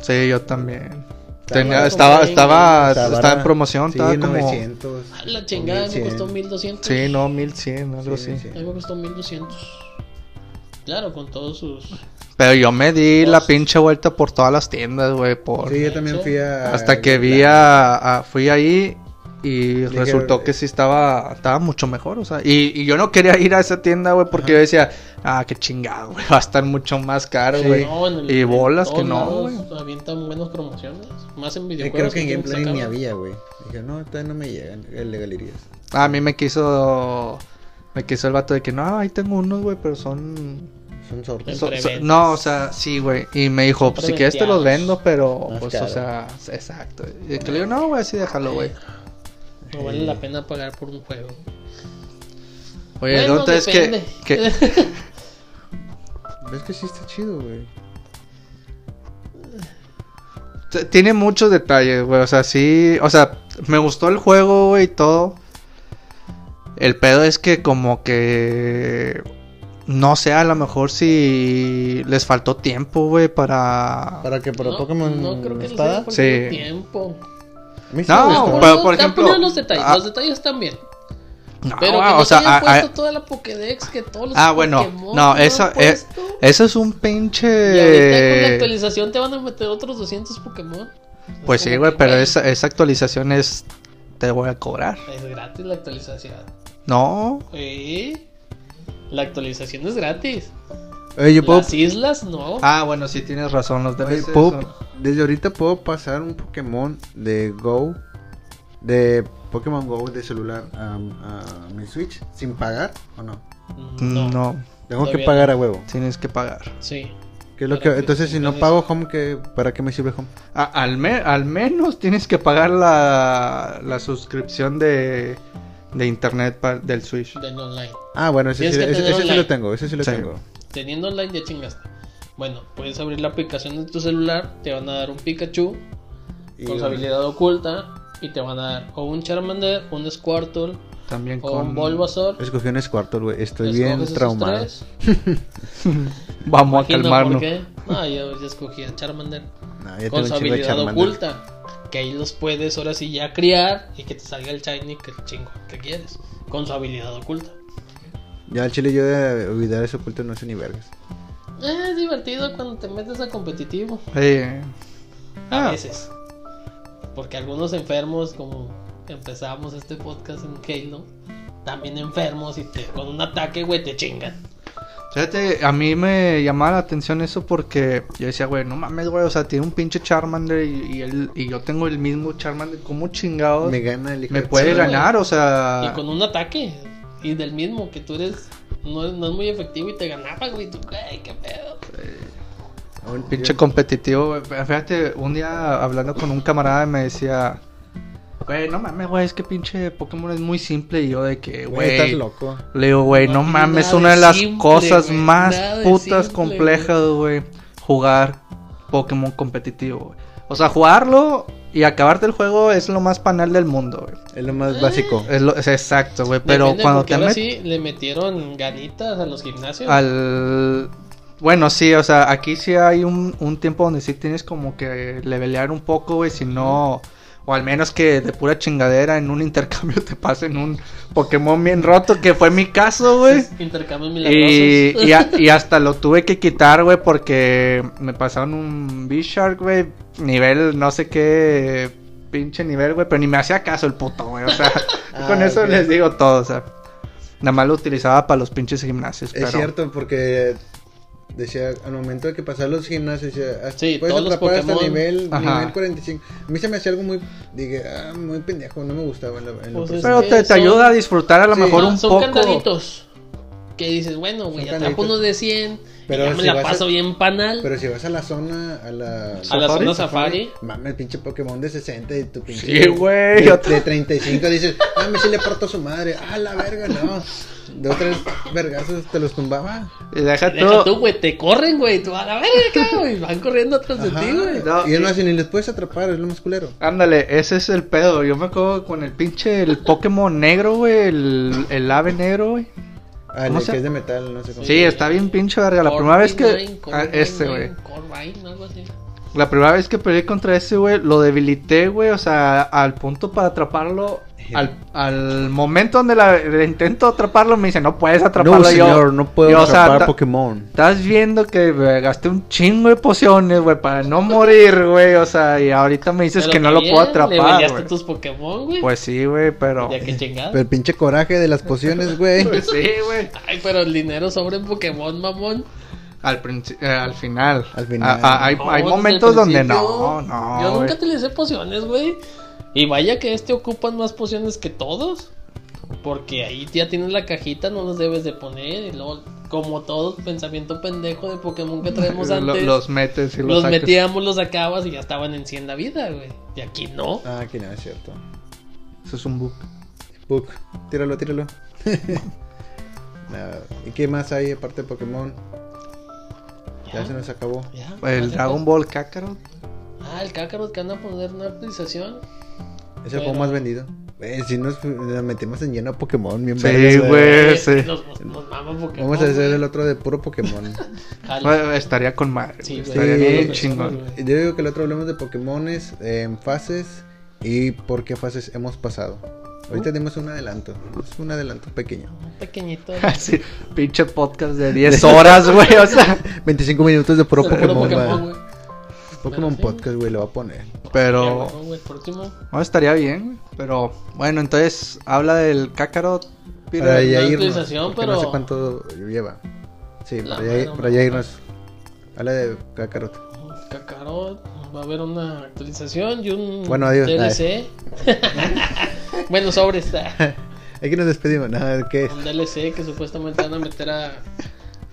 S3: Sí, yo también.
S1: Estaba
S3: Tenía- estaba, estaba,
S1: Estaba-
S3: estaba, en promoción,
S1: Sí,
S3: estaba como.
S1: 900.
S2: A Ah, la chingada, me
S1: 1100.
S2: costó 1200.
S3: Sí, no, 1100, algo
S1: Sí,
S3: así.
S1: 1100.
S2: A mí me costó 1200. Claro, con todos sus.
S3: Pero yo me di la
S2: Cosas.
S3: pinche vuelta por todas las tiendas, güey, por...
S1: Sí, yo también fui a.
S3: Hasta que vi a, a- fui ahí y
S1: Dije,
S3: resultó que
S1: eh,
S3: sí estaba, estaba mucho mejor, o sea, y, y yo no quería ir a esa tienda, güey, porque yo decía, ah, qué chingado, güey, va a estar mucho más caro,
S1: Sí.
S3: güey.
S2: No, en el-
S3: y
S2: en
S3: bolas que
S2: todos
S3: no,
S2: lados
S3: güey.
S2: Avientan buenas promociones. Más en
S1: Eh,
S2: videojuegos.
S1: creo que en
S2: tienen que
S1: gameplay ni
S2: sacar.
S1: había, güey. Dije, no, todavía no me llegan. El de galerías.
S3: A mí me quiso, me quiso el vato de que, no, ahí tengo unos, güey, pero son...
S1: Son sordos.
S3: so- so-
S2: preventas.
S3: no, o sea, sí, güey. Y me dijo, pues si quieres te los vendo, pero,
S1: Más
S3: pues, o
S1: caro.
S3: sea, exacto. Y que le digo, no, güey, así déjalo, güey.
S2: No vale
S1: eh.
S2: la pena pagar por un juego.
S3: Oye,
S2: Bueno,
S3: entonces que,
S2: depende.
S3: que-
S1: Ves que sí está chido, güey.
S3: t- tiene muchos detalles, güey. O sea, sí, o sea, me gustó el juego, güey, y todo. El pedo es que como que no sé, a lo mejor si les faltó tiempo, güey, para
S1: Para que para
S2: no,
S1: Pokémon
S2: No creo que les haya
S1: espada.
S2: faltado
S3: Sí.
S2: tiempo.
S1: a mí sí
S3: No,
S1: me gustó.
S3: pero- por
S2: Está
S3: ejemplo,
S2: poniendo los detalles.
S3: ah,
S2: los detalles están bien.
S3: No,
S2: Pero que
S3: ah,
S2: no
S3: o sea,
S2: te hayan
S3: ah,
S2: puesto
S3: ah,
S2: toda la Pokédex, que todos los
S3: ah, bueno,
S2: Pokémon
S3: no,
S2: lo han
S3: eso es
S2: puesto.
S3: eso es un
S2: Y ahorita con la
S3: pinche
S2: actualización te van a meter otros 200 Pokémon.
S3: Pues sí,
S2: Como
S3: güey,
S2: que,
S3: pero esa, esa actualización es te voy a cobrar.
S2: Es gratis la actualización.
S3: No,
S2: ¿Eh? La actualización es gratis.
S1: Oye, yo puedo.
S2: Las islas no.
S3: Ah, bueno, sí tienes razón, los
S1: Oye,
S3: DLCs
S1: puedo-
S3: son-
S1: desde ahorita puedo pasar un Pokémon de Go, de Pokémon Go de celular a, a mi Switch sin pagar o no.
S3: No.
S1: Tengo que
S2: Todavía
S1: pagar a huevo.
S3: tienes que pagar.
S2: Sí.
S1: ¿Qué es lo
S2: Para
S1: que,
S2: que
S1: entonces, si no
S2: tengas-
S1: pago Home, ¿qué, ¿para qué me sirve Home?
S3: A- al, me- al menos tienes que pagar la, la suscripción de, de internet pa- del Switch.
S2: Del online.
S1: Ah, bueno, ese,
S2: Tienes
S1: sí,
S2: que
S1: ese-
S2: tener
S1: ese sí
S2: online.
S1: lo tengo, ese sí lo
S3: Sí.
S1: tengo.
S2: Teniendo online ya chingaste. Bueno, puedes abrir la aplicación de tu celular. Te van a dar un Pikachu
S1: Y
S2: con su
S1: lo-
S2: habilidad oculta. Y te van a dar o un Charmander, un Squirtle
S3: También
S2: o un
S3: con...
S2: Bulbasaur.
S1: Escogí un Squirtle, güey. Estoy
S2: Escoges
S1: bien
S2: esos
S1: traumado.
S2: tres.
S3: Vamos a
S2: Imagino
S3: calmarnos.
S2: por qué. No, yo ya escogí a Charmander.
S1: No, ya tengo
S2: con
S1: un
S2: su
S1: chingo de
S2: habilidad
S1: Charmander.
S2: oculta. Que ahí los puedes ahora sí ya criar y que te salga el shiny que el chingo que quieres. Con su habilidad oculta.
S1: Ya al chile yo de olvidar ese oculto no sé ni vergas.
S2: Eh, Es divertido cuando te metes a competitivo.
S3: Eh,
S2: A
S3: Ah.
S2: veces. Porque algunos enfermos, como empezamos este podcast en Halo, también enfermos y te, con un ataque, güey, te chingan.
S3: Fíjate, a mí me llamaba la atención eso porque yo decía, güey, no mames, güey, o sea, tiene un pinche Charmander y, y él- y yo tengo el mismo Charmander, ¿cómo chingados
S1: Me
S3: me,
S1: gana el hijo de-
S3: puede
S2: Sí,
S3: ganar? O
S2: Y
S1: Ah.
S3: sea,
S2: con un ataque. Y del mismo, que tú eres. No, no es muy efectivo y te ganaba, güey. Tú, güey, qué pedo.
S1: Un
S3: pinche competitivo, güey. Fíjate, un día hablando con un camarada me decía, güey, no mames, güey, es que pinche Pokémon es muy simple y yo de que,
S4: Güey, estás
S3: güey,
S4: loco.
S3: Le digo, güey,
S2: No
S3: no
S2: tiene
S3: mames,
S2: nada
S3: una
S2: de
S3: de las
S2: simple,
S3: cosas
S2: güey,
S3: más
S2: nada de
S3: putas
S2: simple,
S3: complejas, güey, jugar Pokémon competitivo, güey. O sea, jugarlo y acabarte el juego es lo más panal del mundo, güey.
S1: Es lo más básico.
S3: Es, lo- es exacto, güey, pero
S2: Depende,
S3: cuando
S2: porque
S3: te
S2: ahora
S3: metes
S2: sí le metieron ganitas a los gimnasios.
S1: Ah,
S3: al... Bueno, sí, o sea, aquí sí hay un, un tiempo donde sí tienes como que levelear un poco, güey, si no... O al menos que de pura chingadera en un intercambio te pasen un Pokémon bien roto, que fue mi caso, güey.
S2: Intercambios
S3: Y,
S2: milagrosos.
S3: y a- y hasta lo tuve que quitar, güey, porque me pasaron un B-Shark, güey, nivel no sé qué pinche nivel, güey, pero ni me hacía caso el puto, güey, o sea, con
S1: Ah,
S3: eso
S1: ok.
S3: les digo todo, o sea, nada más lo utilizaba para los pinches gimnasios,
S1: Es
S3: pero...
S1: cierto, porque decía, al momento de que pasar los gimnasios, decía, hasta-
S2: Sí,
S1: puedes
S2: todos los
S1: atrapar hasta
S2: Pokémon.
S1: nivel,
S3: Ajá.
S1: nivel 45. A mí se me hacía algo muy, dije, ah, muy pendejo, no me gustaba. En la, en la
S2: Pues es-
S1: persona.
S3: Pero te, te
S2: Son-
S3: ayuda a disfrutar a lo
S1: Sí.
S3: mejor
S2: No,
S3: un
S2: son
S3: poco...
S2: candaditos. Que dices, bueno, güey,
S1: Son
S2: atrapo
S1: candaditos.
S2: unos de 100.
S1: Pero
S2: Pero ya me
S1: si
S2: la
S1: vas a-
S2: paso bien panal.
S1: Pero si vas a la zona, a la...
S2: a la
S3: Safari,
S2: zona safari.
S1: Mames, pinche Pokémon de 60 y tu pinche...
S3: Sí, güey,
S1: De,
S3: yo te-
S1: de 35 dices, mames, si le parto a su madre. Ah, la verga, no. De otras vergazos te los tumbaba.
S3: Y deja
S2: Deja tú,
S3: tú...
S2: güey, te corren, güey. Tú a la verga, güey. Van corriendo atrás Pues de ti, güey.
S3: No,
S1: y es
S3: sí.
S1: más, ni les puedes atrapar, es lo más culero.
S3: Ándale, ese es el pedo. Yo me acuerdo con el pinche el Pokémon negro, güey, el, el ave negro, güey.
S1: Ah,
S3: ¿Cómo
S1: el
S3: se-
S1: que es de metal, no sé cómo.
S3: Sí, está bien pinche verga. La primera vez que.
S2: Corbin,
S3: ah,
S2: Corbin,
S3: este, güey.
S2: Corbin, algo así.
S3: La primera vez que peleé contra ese, güey, lo debilité, güey. O sea, al punto para atraparlo. Al, al momento donde la, le intento atraparlo, me dice, no puedes atraparlo yo. Yo, o sea, ta-
S4: Pokémon.
S3: Estás viendo que güey, gasté un chingo de pociones, güey, para no morir, güey. O sea, y ahorita me dices
S2: Pero
S3: que no lo
S2: también
S3: puedo
S2: Le
S3: atrapar,
S2: vendiaste
S3: güey.
S2: tus Pokémon, güey.
S3: Pues sí, güey, pero.
S2: Ya que chingada.
S1: Pero el pinche coraje de las pociones, güey.
S3: Pues sí, güey.
S2: Ay, pero el dinero sobre en Pokémon, mamón.
S3: Al, princi- eh, al final.
S1: Al final.
S3: A- a- hay,
S2: No,
S3: hay
S2: desde el
S3: momentos donde
S2: principio,
S3: no, no.
S2: Yo
S3: güey.
S2: nunca utilicé pociones, güey. Y vaya que este ocupan más pociones que todos. Porque ahí ya tienes la cajita, no las debes de poner. Y luego, como todo pensamiento pendejo de Pokémon que traemos
S3: Lo-
S2: antes,
S3: los metes y los,
S2: los
S3: sacas.
S2: metíamos, los sacabas y ya estaban en 100 la vida, güey. Y aquí no.
S1: Ah, aquí no, es cierto.
S3: Eso es un bug.
S1: Book, tíralo, tíralo. Nah, ¿Y qué más hay aparte de Pokémon? Ya,
S2: Ya,
S1: se nos acabó.
S2: ya,
S3: El
S2: ya.
S3: Dragon Ball Kakarot.
S2: Ah, el Kakarot que anda a poner una actualización.
S1: Es el
S2: Bueno.
S1: juego más vendido. Eh, si nos, nos metimos en lleno a Pokémon, bien
S3: Sí,
S1: vergas,
S3: güey.
S2: Eh,
S3: sí.
S2: Nos, nos- nos mama Pokémon.
S1: Vamos a hacer
S2: güey.
S1: el otro de puro Pokémon.
S2: Jala.
S3: Bueno, estaría con madre.
S2: Sí, pues,
S3: güey,
S2: güey.
S3: estaría
S1: Sí,
S3: bien
S1: güey.
S3: chingón.
S1: Yo digo que el otro hablemos de Pokémones eh, en fases y por qué fases hemos pasado. Ahorita tenemos un adelanto, es un adelanto pequeño.
S2: Un pequeñito.
S3: Así, pinche podcast de 10 horas, güey. O sea,
S1: 25 minutos de puro
S2: Puro
S1: Pokémon.
S2: Pokémon,
S1: va.
S2: güey.
S1: Pokémon
S2: Pero sí.
S1: Podcast, güey, lo va a poner.
S3: pero.
S2: Ya, güey, el próximo.
S3: No, estaría bien, güey. Pero bueno, entonces habla del Kakarot. Pira.
S1: Para
S2: la
S1: ya irnos.
S2: actualización,
S1: porque No sé
S2: pero-
S1: cuánto lleva. Sí,
S2: La
S1: para ya,
S2: mano,
S1: para
S2: mano.
S1: ya irnos. Habla de Kakarot.
S2: Kakarot. Va a haber una actualización y un
S1: Bueno, adiós.
S2: DLC. bueno, sobre esta.
S1: Aquí nos despedimos. Nada, ¿qué es?
S2: Un DLC que supuestamente van a meter a,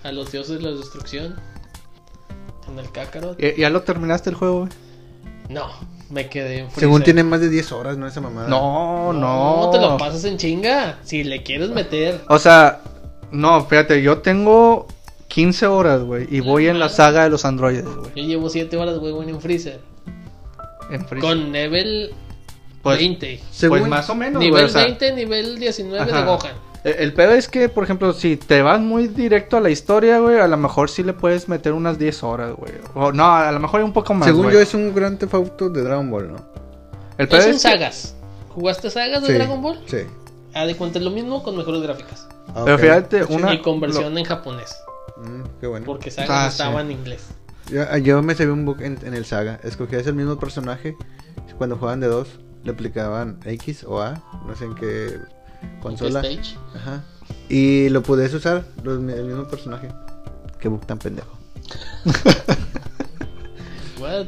S2: a los dioses de la destrucción. En el Kakarot.
S3: ¿Ya, ya lo terminaste el juego, güey?
S2: No, me quedé en Freezer.
S1: Según tiene más de 10 horas, ¿no? Esa mamada.
S3: No, no.
S2: No te lo pasas en chinga. Si le quieres meter.
S3: O sea, no, fíjate, yo tengo 15 horas, güey. Y voy en la saga de los androides, güey.
S2: Yo llevo 7 horas, güey, bueno, en Freezer.
S3: En Freeza.
S2: Con nivel
S3: Pues,
S2: 20.
S3: Pues
S1: Según-
S3: más o menos,
S2: nivel
S3: güey. o sea,
S2: 20, nivel 19 de
S3: Ajá.
S2: Gohan.
S3: El, el pedo es que, por ejemplo, si te vas muy directo a la historia, güey, a lo mejor sí le puedes meter unas 10 horas, güey. O no, a lo mejor un poco más.
S1: Según
S3: güey.
S1: yo, es un gran tefauto de Dragon Ball, ¿no?
S3: El pedo
S2: Es en Pues
S3: es que-
S2: sagas. ¿Jugaste sagas de
S1: Sí,
S2: Dragon Ball?
S1: Sí.
S2: Ah, de cuenta es lo mismo con mejores gráficas.
S1: Ah,
S3: Pero
S1: ok.
S3: fíjate, una.
S2: y conversión en japonés.
S1: Mm, qué bueno.
S2: Porque sagas
S3: Ah,
S2: estaba
S3: sí.
S2: en inglés.
S1: Yo, ah, yo me sabía un bug en, en el saga. Escogías el mismo personaje. Cuando jugaban de dos, le aplicaban X o A. No sé en qué consola.
S2: Stage.
S1: Ajá. Y lo podías usar, los mi- el mismo personaje. Qué bug tan pendejo.
S2: What?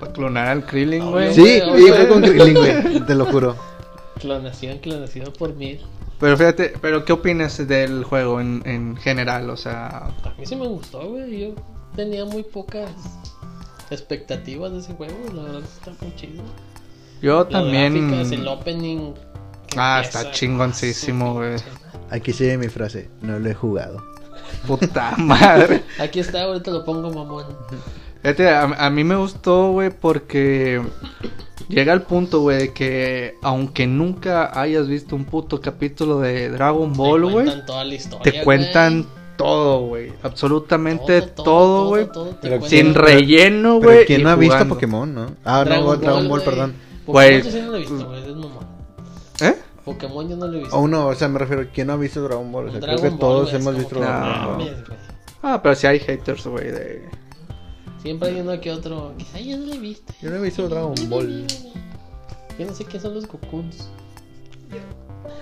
S3: Para clonar al Krillin,
S2: Ah,
S3: güey.
S2: No,
S1: Sí,
S2: güey,
S1: y
S2: no,
S1: fue
S2: güey.
S1: con Krillin, güey. Te lo juro.
S2: Clonación, clonación por mil.
S3: Pero fíjate, pero ¿qué opinas del juego en, en general? O sea,
S2: A mí sí me gustó, güey. Yo tenía muy pocas expectativas de ese juego. La verdad está muy chido.
S3: yo
S2: La
S3: también.
S2: gráfica, es el opening. que
S3: Ah,
S2: empieza,
S3: está chingoncísimo, güey.
S1: Aquí sigue mi frase. No lo he jugado.
S3: Puta madre.
S2: Aquí está, ahorita lo pongo mamón.
S3: Fíjate, a, a mí me gustó, güey, porque llega al punto, güey, de que aunque nunca hayas visto un puto capítulo de Dragon Ball,
S2: Te
S3: güey,
S2: cuentan toda la historia.
S3: te cuentan todo, güey. Absolutamente todo, güey.
S1: Pero
S3: Sin
S1: Pero-
S3: relleno,
S1: Pero
S3: güey.
S1: ¿quién
S3: y
S1: no ha visto
S3: jugando.
S1: Pokémon, no? Ah, no, Dragon, Ball, perdón.
S2: Pokémon
S3: Güey.
S2: yo sí no lo he visto, güey. Es mamón.
S3: ¿Eh?
S2: Pokémon yo no lo he visto.
S1: O no, o sea, me refiero, ¿quién no ha visto Dragon Ball? O sea,
S2: Dragon
S1: creo que
S2: Ball,
S1: todos
S2: güey, es
S1: hemos
S2: como
S1: visto
S2: que,
S3: Dragon
S1: Dragon
S3: Ball.
S1: Ball.
S2: mames, güey.
S3: Ah, pero sí hay haters, güey, de...
S2: Siempre hay uno que otro. que, Ay, yo no lo he visto.
S1: Yo no he visto Dragon Ball.
S2: Yo no sé qué son los Gokuns.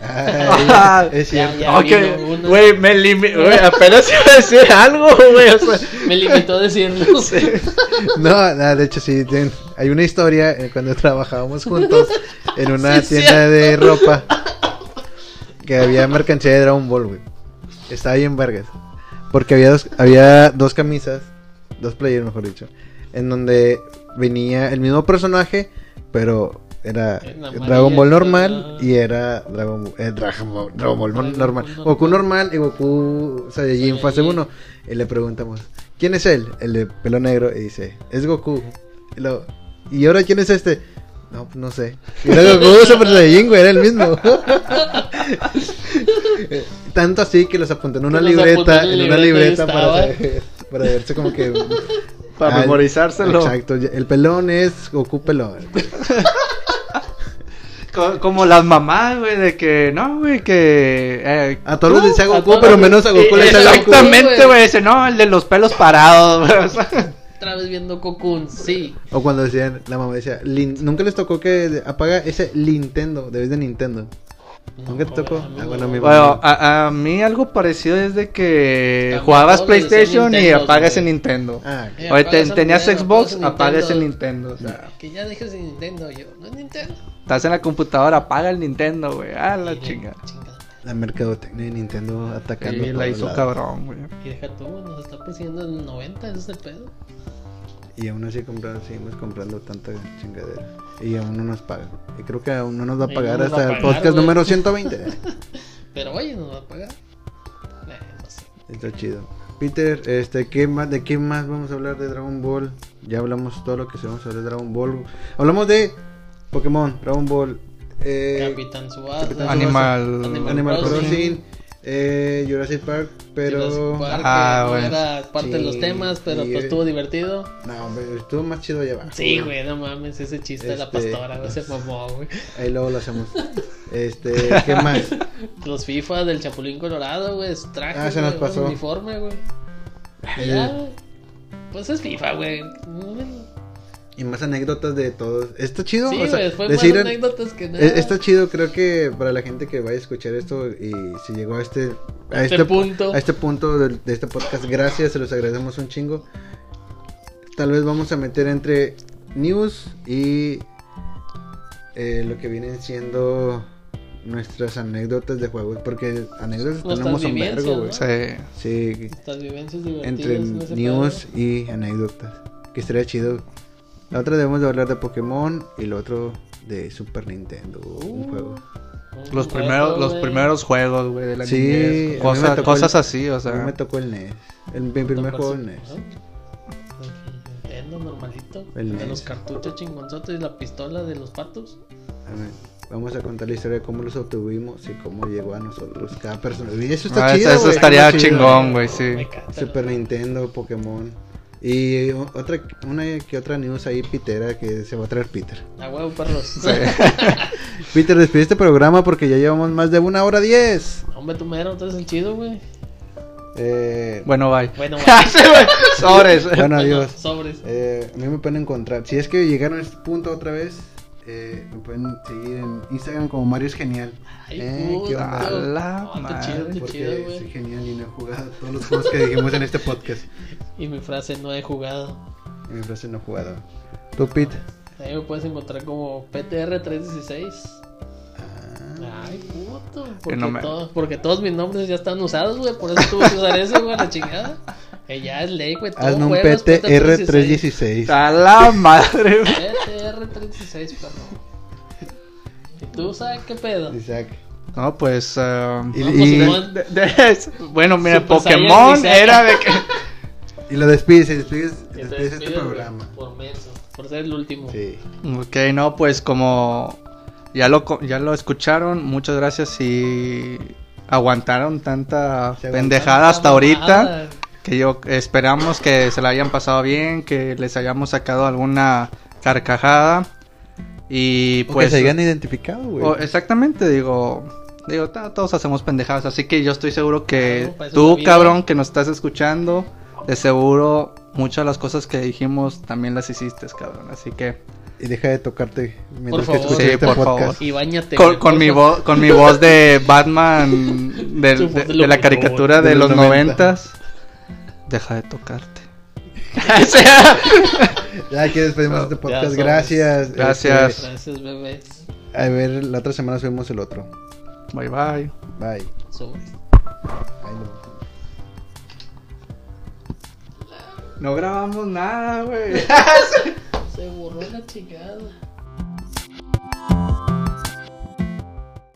S1: Ay, Ah, es
S2: Ya,
S1: cierto.
S2: ya vino
S3: ok,
S2: uno.
S3: güey, me limi- güey, apenas iba a decir algo, güey, o sea,
S2: Me limitó a decirlo.
S1: No, no, de hecho sí, ten- hay una historia eh, cuando trabajábamos juntos en una
S2: Sí, es
S1: tienda de ropa que había mercancía de Dragon Ball, güey. Estaba bien vergas. Porque había dos, había dos camisas, dos playeras mejor dicho, en donde venía el mismo personaje, pero era
S2: En
S1: Dragon Ball
S2: amarillo,
S1: normal
S2: ajá.
S1: y era Dragon, Ball- eh, Dragon Ball, Dragon Ball
S2: Dragon
S1: normal.
S2: Ball
S1: Goku normal
S2: normal.
S1: y Goku Saiyajin fase
S2: Saiyajin.
S1: 1. Y le preguntamos, ¿quién es él? El de pelo negro. Y dice, es Goku. Y, luego, "¿Y ahora quién es este? No, pues, no sé. Y era Goku Super Saiyajin, güey, era el mismo. Tanto así que los apuntó en una
S2: los
S1: libreta,
S2: apuntó
S1: en una libreta para,
S2: estaba.
S1: saber- para verse como que...
S3: para
S1: Ah,
S3: memorizárselo.
S1: Exacto, ya- el pelón es Goku pelón.
S3: Co- Como las mamás, güey, de que, no, güey, que... eh,
S1: A todos les decía
S2: a
S1: Goku,
S2: todos
S1: pero
S2: los-
S1: menos a Goku le
S2: eh,
S1: decía Goku.
S3: Exactamente, güey, ese, no, el de los pelos parados, güey, o sea,
S2: Otra vez viendo Gokuns, sí.
S1: O cuando decían, la mamá decía, "Lin- nunca les tocó que de- apaga ese Nintendo, debes de Nintendo. ¿Nunca te tocó? Ah, bueno, a mí-
S3: Bueno, a, a mí algo parecido es de que
S2: También
S3: jugabas
S2: todos les decían
S3: PlayStation y
S2: Nintendo,
S3: apagas el
S2: güey.
S3: Nintendo.
S1: Ah, ok.
S3: Oye, te-
S2: apagas el
S3: tenías
S2: Nintendo,
S3: Xbox,
S2: apagas
S3: apagas
S2: el
S3: el
S2: Nintendo.
S3: Nintendo, o sea...
S2: Que ya dejes el Nintendo yo. No es Nintendo.
S3: Estás en la computadora, apaga el Nintendo, güey. Ah,
S2: Y
S3: la
S2: de-
S3: chinga.
S2: chinga.
S1: La mercadotecnia de Nintendo atacando.
S3: Y
S1: por
S3: la
S1: todos
S3: hizo
S1: lados.
S3: cabrón, güey.
S2: Y deja tú, nos está persiguiendo en 90, ese es el pedo.
S1: Y aún así comprando, seguimos comprando tanta chingadera. Y aún no nos pagan. Y creo que aún no nos va a
S2: Y no
S1: pagar
S2: nos va
S1: hasta
S2: a
S1: el
S2: pagar,
S1: podcast
S2: güey.
S1: número 120.
S2: Pero oye, nos va a pagar. Eh, no sé.
S1: Está chido. Peter, este, ¿qué más, ¿de qué más vamos a hablar de Dragon Ball? Ya hablamos todo lo que sabemos sobre Dragon Ball. Hablamos de Pokémon, Dragon Ball. Eh,
S2: Capitán Suárez.
S1: Capitán Tsubasa.
S3: Animal.
S1: Animal
S2: Crossing.
S1: Crossing, eh, Jurassic Park, pero...
S2: Jurassic Park,
S3: Ah,
S2: que
S3: bueno.
S2: no era parte de los
S1: Sí,
S2: temas, pero
S1: sí,
S2: pues
S1: eh.
S2: estuvo divertido.
S1: No, hombre, estuvo más chido allá abajo.
S2: Sí, güey, no mames, ese chiste de la
S1: Este-
S2: pastora, güey, se mamó, güey.
S1: Ahí luego lo hacemos. Este, ¿qué más?
S2: Los FIFA del Chapulín Colorado, güey, su traje,
S1: Ah, se nos
S2: güey,
S1: pasó. Eh.
S2: uniforme, güey. Y Ya, güey. Pues es FIFA, güey. Mm,
S1: Y más anécdotas de todos. Está chido,
S2: Sí,
S1: o
S2: güey,
S1: sea,
S2: fue
S1: decir-
S2: más anécdotas que nada.
S1: e- Está chido, creo que para la gente que vaya a escuchar esto y si llegó a este, a
S2: Este
S1: pu-
S2: punto.
S1: a este punto del- de, este podcast, gracias, se los agradecemos un chingo. Tal vez vamos a meter entre news y eh, lo que vienen siendo nuestras anécdotas de juegos, porque anécdotas
S2: Nuestras
S1: tenemos un
S2: vivencias,
S1: vergo,
S2: ¿no?
S1: güey.
S3: Sí.
S1: Sí,
S2: Estas vivencias divertidas.
S1: entre
S2: en ese
S1: news
S2: pedo.
S1: y anécdotas. Que estaría chido. La otra debemos de hablar de Pokémon y la otro de Super Nintendo, un
S2: Uh.
S1: juego.
S2: Un
S3: Los
S2: reto,
S3: primeros, los
S2: güey.
S3: primeros juegos, güey, de la
S1: Sí, a mí
S3: niñez.
S1: me
S3: Cosas,
S1: tocó
S3: cosas
S1: el-
S3: así, o
S1: A mí
S3: sea.
S1: me tocó el NES. El, mi primer juego E el NES.
S2: Ajá. Nintendo normalito.
S1: El
S2: de
S1: NES.
S2: los cartuchos chingonzotes y la pistola de los patos.
S1: A ver, vamos a contar la historia de cómo los obtuvimos y cómo llegó a nosotros cada persona. Y eso está
S3: Ah,
S1: chido.
S3: eso- eso
S1: güey,
S3: estaría
S1: está chido.
S3: chingón, güey, sí.
S2: Me encanta.
S1: Super Nintendo, Pokémon. Y o- otra, una que otra news ahí, Pitera, que se va a traer Peter.
S2: A huevo, perros.
S1: Peter, despide este programa porque ya llevamos más de una hora diez.
S2: Hombre, tú mero, tú eres el chido, güey.
S1: Eh,
S3: Bueno, bye.
S2: Bueno, bueno,
S3: Sobres.
S1: bueno, adiós.
S2: sobres.
S1: Eh, a mí me pueden encontrar. Si es que llegaron a este punto otra vez, eh, me pueden seguir en Instagram como Mario es genial.
S2: Ay,
S1: Eh, ¿qué
S2: puta.
S1: onda?
S3: A la
S2: No, está chido,
S3: madre.
S2: está chido,
S1: Porque
S2: güey.
S1: soy genial y no he jugado todos los juegos que dijimos en este podcast.
S2: Y mi frase no he jugado.
S1: Y mi frase no he jugado. Tú, Pete.
S2: Ahí me puedes encontrar como PTR316.
S1: Ah,
S2: Ay, puto. Porque,
S3: no me-
S2: todos, porque todos mis nombres ya están usados, güey. Por eso tuve que usar eso, güey, la chingada. Que ya es ley, güey. todo
S1: Hazme un
S2: juegas, cuenta
S1: PTR316.
S3: A la madre. güey.
S2: PTR316, perro. ¿Y tú sabes qué pedo?
S1: Ah. Isaac.
S3: No, pues. um,
S1: Y,
S2: No,
S1: y-
S2: Pokémon.
S3: de- de- bueno, mira,
S2: Super Saiyan
S3: Pokémon
S2: Grisalia.
S3: era de que.
S1: y lo despides, y despides,
S2: Que te
S1: despides este
S2: despides, güey, Pues,
S1: programa.
S2: Por menso. Por ser el último.
S1: Sí.
S3: Ok, no, pues como ya lo, co- ya lo escucharon, muchas gracias si aguantaron tanta
S1: Se aguantaron
S3: pendejada hasta
S2: Esta
S3: ahorita.
S2: mamada.
S3: Que yo esperamos que se la hayan pasado bien, que les hayamos sacado alguna carcajada. Y
S1: Pues,
S3: pues...
S1: que se hayan identificado, güey.
S3: o- exactamente, digo... Digo, ta- todos hacemos pendejadas, así que yo estoy seguro que
S2: Claro, para eso es la
S3: tú,
S2: vida.
S3: cabrón, que nos estás escuchando, de seguro muchas de las cosas que dijimos también las hiciste, cabrón. Así que...
S1: Y deja de tocarte mientras que
S2: favor.
S1: escuchas
S3: Sí,
S1: este
S3: por
S1: podcast.
S2: Y bañate.
S3: con, con mi voz con mi voz de Batman del-
S2: Su
S3: de,
S2: voz de
S3: de la
S2: locutor.
S3: caricatura de,
S1: De
S3: los
S1: los
S3: noventas deja de tocarte O sea,
S1: Ya que despedimos este podcast.
S2: somos.
S1: Gracias.
S3: Gracias.
S2: Gracias, bebés.
S1: Este, a ver, la otra semana subimos el otro.
S3: bye bye
S1: Bye.
S2: Sobres.
S1: Ahí lo-
S3: no grabamos nada güey
S2: Se borró la chingada.